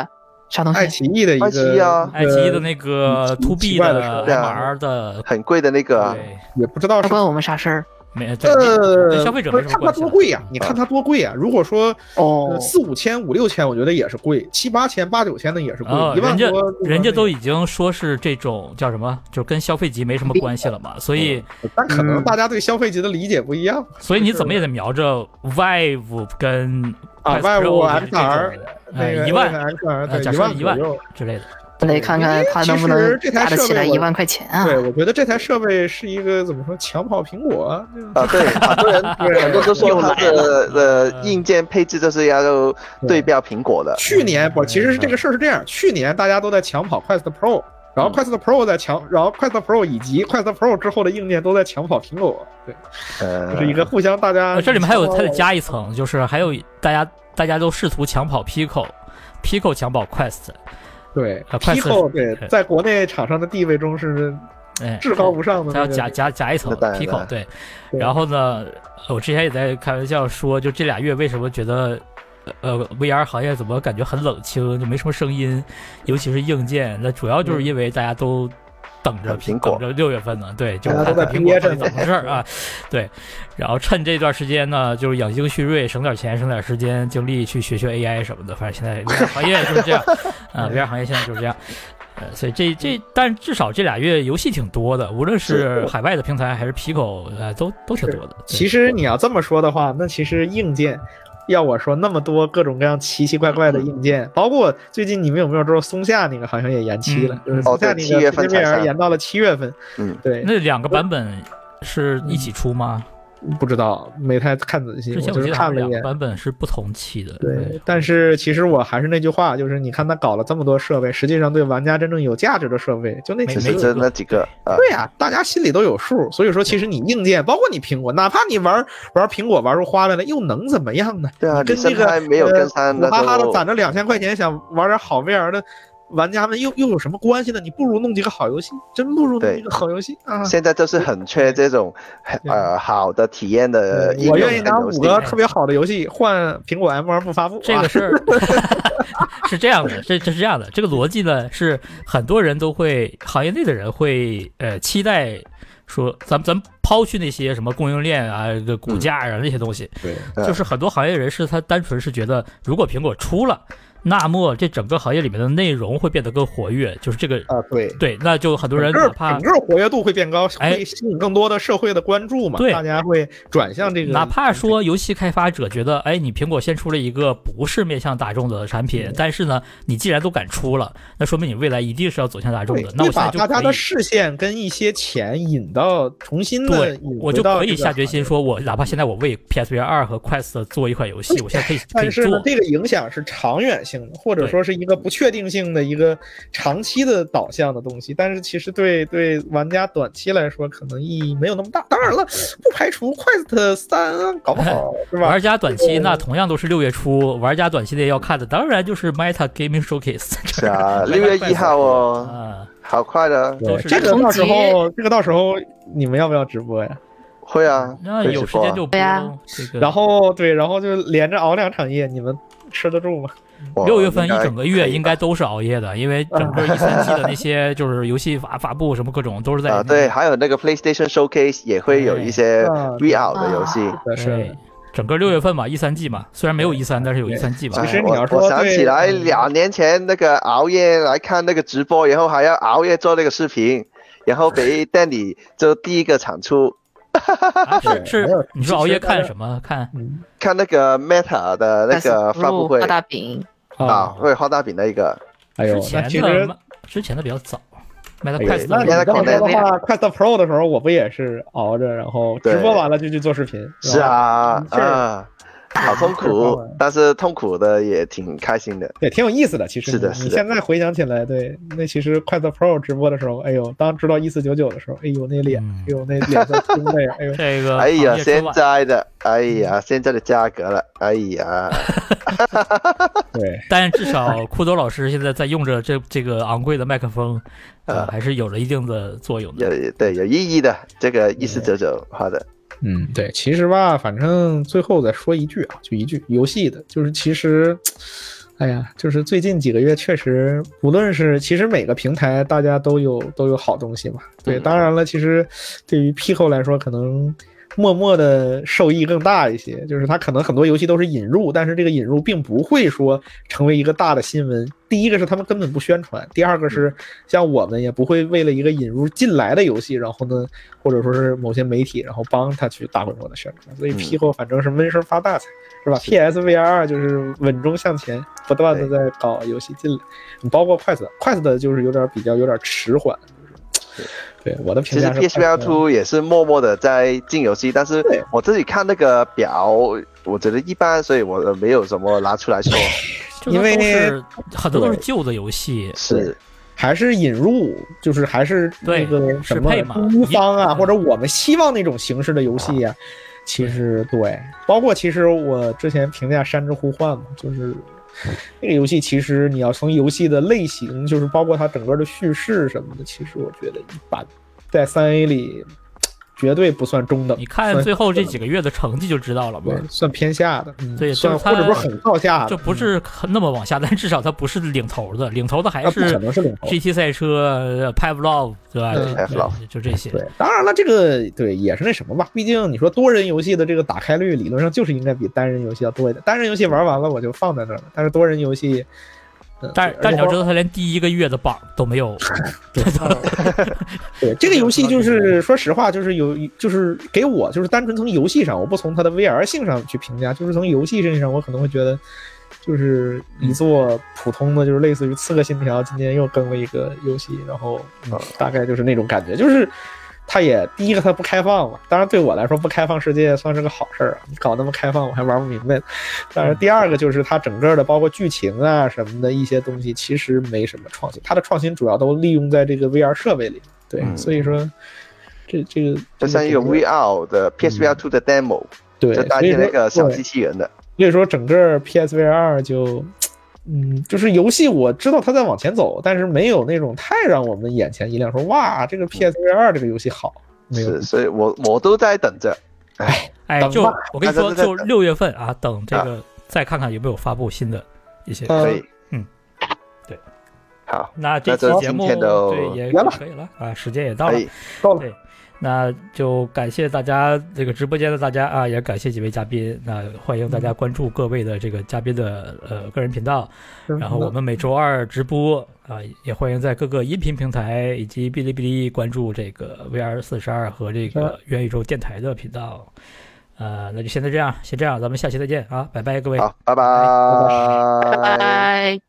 S4: 啥东
S3: 爱
S4: 西？
S3: 奇艺的一个
S2: 爱
S3: 呃
S2: 奇艺啊
S1: 爱奇艺的那个
S3: 嗯
S1: To
S3: 奇
S1: B
S3: 怪的
S1: 的
S2: 事儿
S1: MR 的，
S2: 很贵的那个啊，
S1: 对，
S3: 也不知道
S4: 它
S3: 是
S4: 关我们啥事儿？
S1: 没对
S3: 呃，
S1: 对消费者
S3: 不
S1: 没
S3: 是
S1: 什么关
S3: 看它
S1: 系啊
S3: 多
S1: 了。
S3: 贵呀、你看它多贵呀、啊如果说呃
S4: 哦，
S3: 四五千、五六千，我觉得也是贵；七八千、八九千的也是贵，
S1: 啊、
S3: 一
S1: 人
S3: 万
S1: 家
S3: 多
S1: 人家都已经说是这种叫什么，就跟消费级没什么关系了嘛，所以
S3: 但可
S1: 嗯
S3: 能大家对消费级的理解不一样。
S1: 所以你怎么也得瞄着 Vive 跟
S3: 啊
S1: Quest
S3: ，vivo
S1: Pro 这
S3: X
S1: 种
S3: R 那
S1: 哎
S3: 个
S1: 一万
S3: X R
S1: 呃
S3: 对
S1: 假
S3: 一
S1: 设
S3: 万
S1: 一万
S3: 左右
S1: 之类的。
S4: 得看看它能不
S3: 因
S4: 能
S3: 为其实这台
S4: 打得起
S3: 设
S4: 来
S3: 备我
S4: 一万块钱啊？
S3: 对，我觉得这台设备是一个怎么说强跑苹果，
S2: 啊，对，很多 人很多都说它的的硬件配置就是要对标苹果的，
S3: 去年不，其实是这个事儿是这样，去年大家都在抢跑 Quest Pro，
S2: 嗯
S3: 然后 Quest Pro 在抢，然后 Quest Pro 以及 Quest Pro 之后的硬件都在抢跑苹果，对，
S2: 呃，
S3: 就是一个互相大家。
S1: 呃，这里面还有还得加一层，就是还有大家大家都试图抢跑 Pico，Pico 抢跑 Quest，
S3: 对
S1: 啊，Quest
S3: ，Pico 对
S1: 对，
S3: 在国内厂商的地位中是
S1: 哎，
S3: 至高无上的
S1: 它
S3: 那
S1: 要
S3: 个。
S1: 夹夹夹一层
S2: 那当然
S1: Pico
S2: 了
S1: 对，
S3: 对
S1: 然后呢，我之前也在开玩笑说，就这俩月为什么觉得呃 VR 行业怎么感觉很冷清，就没什么声音，尤其是硬件，那主要就是因为大家都。等着
S2: 等苹果
S1: 等着六月份呢，对，就
S3: 大家
S1: 看
S3: 都在
S1: 看苹果
S3: 憋着
S1: 到底怎么回事儿啊？ 对，然后趁这段时间呢，就是养精蓄锐，省点钱，省点时间精力去学学 AI 什么的。反正现在 VR 行业就是这样啊，VR
S3: 嗯
S1: 行业现在就是这样。呃，所以这这，但至少这俩月游戏挺多的，无论是海外的平台还是 Pico，呃，都都挺多的。对
S3: 其实你要这么说的话，那其实硬件，要我说那么多各种各样奇奇怪怪的硬件，包括最近你们有没有知道松下那个好像也延期了，就是松下
S2: 哦对7
S3: 那个
S2: 月份
S3: PVR
S2: 才上
S3: 延到了七月份。
S2: 嗯，
S3: 对，
S1: 那两个版本是
S3: 嗯
S1: 一起出吗？
S3: 不知道，没太看仔细，
S1: 之
S3: 嗯我
S1: 前
S3: 就
S1: 记
S3: 是
S1: 得好像
S3: 看了
S1: 两
S3: 一
S1: 个
S3: 眼。
S1: 版本是不同期的。
S3: 对，但是其实我还是那句话，就是你看他搞了这么多设备，实际上对玩家真正有价值的设备就那
S1: 没
S3: 几
S2: 只
S1: 没
S3: 个
S2: 是。这那几个啊，
S3: 对啊，大家心里都有数，所以说其实你硬件，包括你苹果，哪怕你玩玩苹果玩出花来了，又能怎么样呢？
S2: 对啊，
S3: 跟
S2: 你
S3: 那
S2: 身
S3: 个呃
S2: 材没有跟上，
S3: 苦
S2: 那
S3: 哈哈的
S2: 就
S3: 攒着两千块钱想玩点好 VR 的玩家们又又有什么关系呢？你不如弄几个好游戏，真不如弄
S2: 对
S3: 几个好游戏啊！
S2: 现在就是很缺这种呃好的体验的应
S3: 我
S2: 用
S3: 愿意拿
S2: 跟游
S3: 五
S2: 戏。
S3: 个特别好的游戏换苹果 M 2不发布啊，
S1: 这个事儿 是这样的，这这是这样的，这个逻辑呢是很多人都会，行业内的人会呃期待说，咱们咱们抛去那些什么供应链啊、这个股价啊那些东西，
S3: 嗯对
S2: 嗯
S1: 就是很多行业人士他单纯是觉得，如果苹果出了，那么这整个行业里面的内容会变得更活跃，就是这个
S3: 啊，对。
S1: 对，那就很多人哪
S3: 整
S1: 怕
S3: 个整个活跃度会变高，
S1: 哎
S3: 会吸引更多的社会的关注嘛？
S1: 对
S3: 大家会转向这个。
S1: 哪怕说游戏开发者觉得，哎，你苹果先出了一个不是面向大众的产品，
S3: 嗯
S1: 但是呢，你既然都敢出了，那说明你未来一定是要走向大众
S3: 对，
S1: 的。那我
S3: 会
S1: 现在
S3: 把
S1: 就
S3: 大家
S1: 可
S3: 的
S1: 以，
S3: 视线跟一些钱引到重新的
S1: 对
S3: 引，
S1: 我
S3: 回
S1: 就可
S3: 到这
S1: 以
S3: 个
S1: 下决心说，我哪怕现在我为 PSVR 二和 Quest 做一款游戏，我现在可以可以
S3: 但是呢
S1: 做，。
S3: 这个影响是长远性的，或者
S1: 对
S3: 说是一个不确定性的一个长期的导向的东西。但是其实对对玩家短期来说，可能意义没有那么大。当然了，不排除 Quest 三搞 不好是吧？
S1: 玩家短期那同样都是六月初，玩家短期内要看的当然就是 Meta Gaming Showcase
S2: 是啊，六月一号哦，
S1: 啊，
S2: 好快的，
S1: 都
S3: 对
S1: 是
S3: 这个
S4: 重
S3: 到时
S4: 启
S3: 候，这个到时候你们要不要直播呀？
S2: 会啊，
S1: 那
S2: 会
S1: 有
S2: 直
S1: 时
S2: 播
S1: 间
S2: 啊
S1: 就
S4: 对呀
S1: 播这个。
S3: 然后对，然后就连着熬两场夜，你们吃得住吗？
S2: 哇
S1: 六月份一
S2: 哦应该
S1: 整个月
S2: 可以嗯
S1: 应该都是熬夜的，因为整个一三季的那些就是游戏发发布什么各种都是在
S2: 啊，对，还有那个 PlayStation Showcase 也会有一些 VR 的游戏。
S3: 对，是的
S1: 对。，整个六月份嘛，一三季嘛，虽然没有一三，但是有一三季吧
S3: 其。实
S2: 哎
S3: 你
S2: 我
S3: 要说
S2: 我想
S3: 对
S2: 起来
S3: 嗯
S2: 两年前那个熬夜来看那个直播，然后还要熬夜做那个视频，然后被 Danny 就第一个产出
S1: 啊是
S3: 对
S1: 是
S3: 没有，
S1: 你说熬夜看
S3: 其实
S1: 什么？看
S3: 嗯
S2: 看那个 Meta 的那个
S4: Quest
S2: 发布
S4: Pro
S2: 会
S4: 嗯画大饼，
S2: 啊，对，画大饼那一个，
S3: 哎呦
S1: 哎之，
S3: 那
S1: 前
S3: 其
S1: 的
S3: 实
S1: 嘛，之前的比较早
S3: 哎
S1: ，Meta
S3: 呦
S1: Quest 的
S3: 那你
S1: 时候
S3: 这么说的
S4: 那
S3: 话，Quest Pro 的时候，我不也是熬着，然后直播完了就去做视频？
S2: 是
S3: 吧，
S2: 啊
S3: 嗯
S2: 啊，好痛
S3: 是
S2: 苦
S3: 吧，
S2: 但是痛苦的也挺开心的。
S3: 也挺有意思的。其实
S2: 是的
S3: 你
S2: 是的
S3: 你现在回想起来，对，那其实 Quest Pro 直播的时候，哎呦，当知道一四九九的时候，哎呦那脸，
S1: 嗯。
S3: 哎呦那脸色青的呀，哎呦
S1: 这个
S2: 哎呀，
S1: 行业之
S2: 现
S1: 外
S2: 在的，哎
S3: 嗯
S2: 呀，现在的价格了，哎呀，
S3: 对，
S1: 但至少酷多老师现在在用着这这个昂贵的麦克风，呃，
S2: 啊
S1: 还是有了一定的作用的。
S2: 有对有意义的，这个一四九九，好的，
S3: 嗯，对，其实吧，反正最后再说一句啊，就一句，游戏的，就是其实，哎呀，就是最近几个月确实，不论是其实每个平台大家都有都有好东西嘛，对，
S2: 嗯
S3: 当然了，其实对于 Pico 来说，可能默默的受益更大一些。就是它可能很多游戏都是引入，但是这个引入并不会说成为一个大的新闻。第一个是他们根本不宣传，第二个
S2: 嗯
S3: 是像我们也不会为了一个引入进来的游戏，然后呢，或者说是某些媒体，然后帮他去大规模的宣传。所以
S2: 嗯
S3: Pico 反正是闷声发大财，是吧
S2: 是
S3: ？PSVR 就是稳中向前，不断的
S2: 对
S3: 在搞游戏进来，包括快 u 快 t 就是有点比较有点迟缓。对我的
S2: 其
S3: 评
S2: 实
S3: 价是
S2: PSVR
S3: Quest
S2: 2也是默默的在进游戏，但是
S3: 对
S2: 我自己看那个表，我觉得一般，所以我没有什么拿出来说。
S1: 这都
S3: 因为
S1: 是很多都是
S3: 对
S1: 旧的游戏，
S2: 是，
S3: 还是引入，就是还是那
S1: 对
S3: 个什么
S1: 适配嘛
S3: 乌方啊，
S1: 嗯
S3: 或者我们希望那种形式的游戏呀、其实对，包括其实我之前评价《山之呼唤》嘛，就是那个游戏，其实你要从游戏的类型，就是包括它整个的叙事什么的，其实我觉得一般，在三 A 里绝对不算中等，
S1: 你看
S3: 算
S1: 最后这几个月的成绩就知道了嘛
S3: 对。算偏下的，嗯
S1: 对
S3: 算
S1: 就是它
S3: 或者说很靠下的，
S1: 这不是很那么往下，但至少它不是领头的，领头的还
S3: 呃那不可
S1: 是
S3: 能是领头
S1: GT 赛车、呃 Pavlov 对吧？
S3: 嗯
S1: 对
S2: Pavlov
S1: 就这些。
S3: 对，当然了，这个对也是那什么吧，毕竟你说多人游戏的这个打开率，理论上就是应该比单人游戏要多一点。单人游戏玩完了我就放在那儿了，但是多人游戏，嗯、
S1: 但是
S3: 对
S1: 但你要知道，他连第一个月的榜都没 有，
S3: 对这个游戏就是说实话，就是有就是给我就是单纯从游戏上，我不从它的 VR 性上去评价，就是从游戏性上，我可能会觉得。就是一座普通的，就是类似于《刺客信条》，今年又更了一个游戏，然后、嗯
S2: 啊
S3: 大概就是那种感觉，就是它也第一个它不开放嘛，当然对我来说不开放世界算是个好事儿啊，你搞那么开放我还玩不明白。但是第二个就是它整个的包括剧情啊什么的一些东西其实没什么创新，它的创新主要都利用在这个 VR 设备里，对，
S2: 嗯
S3: 所以说这这个
S2: 就像一个
S3: 这整
S2: VR 的 PSVR 2的 demo，
S3: 嗯对，
S2: 就搭
S3: 所以
S2: 建那
S3: 说
S2: 个小
S3: 对
S2: 机器人的。
S3: 所以说整个 PSVR 就，嗯，就是游戏我知道它在往前走，但是没有那种太让我们眼前一亮说哇这个 PSVR 这个游戏好，没
S2: 嗯
S3: 有
S2: 是，所以我我都在等着。
S1: 哎，
S3: 等吧
S1: 就我跟你说，
S2: 那那
S1: 就
S2: 那
S1: 六月份啊，等这个再看看有没有发布新的一些。
S3: 嗯
S2: 可以，
S1: 嗯，对，
S2: 好，
S1: 那这
S2: 那
S1: 期
S2: 就
S1: 节目
S2: 今天就
S1: 对也
S3: 完了哎
S1: 可以了啊，时间也到
S2: 可
S1: 了，
S2: 以，
S3: 到了
S1: 对，那就感谢大家这个直播间的大家啊，也感谢几位嘉宾。那欢迎大家关注各位的这个嘉宾的呃个人频道，
S3: 嗯
S1: 然后我们每周二直播啊、也欢迎在各个音频平台以及哔哩哔哩关注这个 VR 四十二和这个元宇宙电台的频道。呃，那就现在这样，先这样，咱们下期再见啊，拜拜，各位。
S3: 呃
S2: 好，拜
S1: 拜
S2: 拜
S4: 拜拜。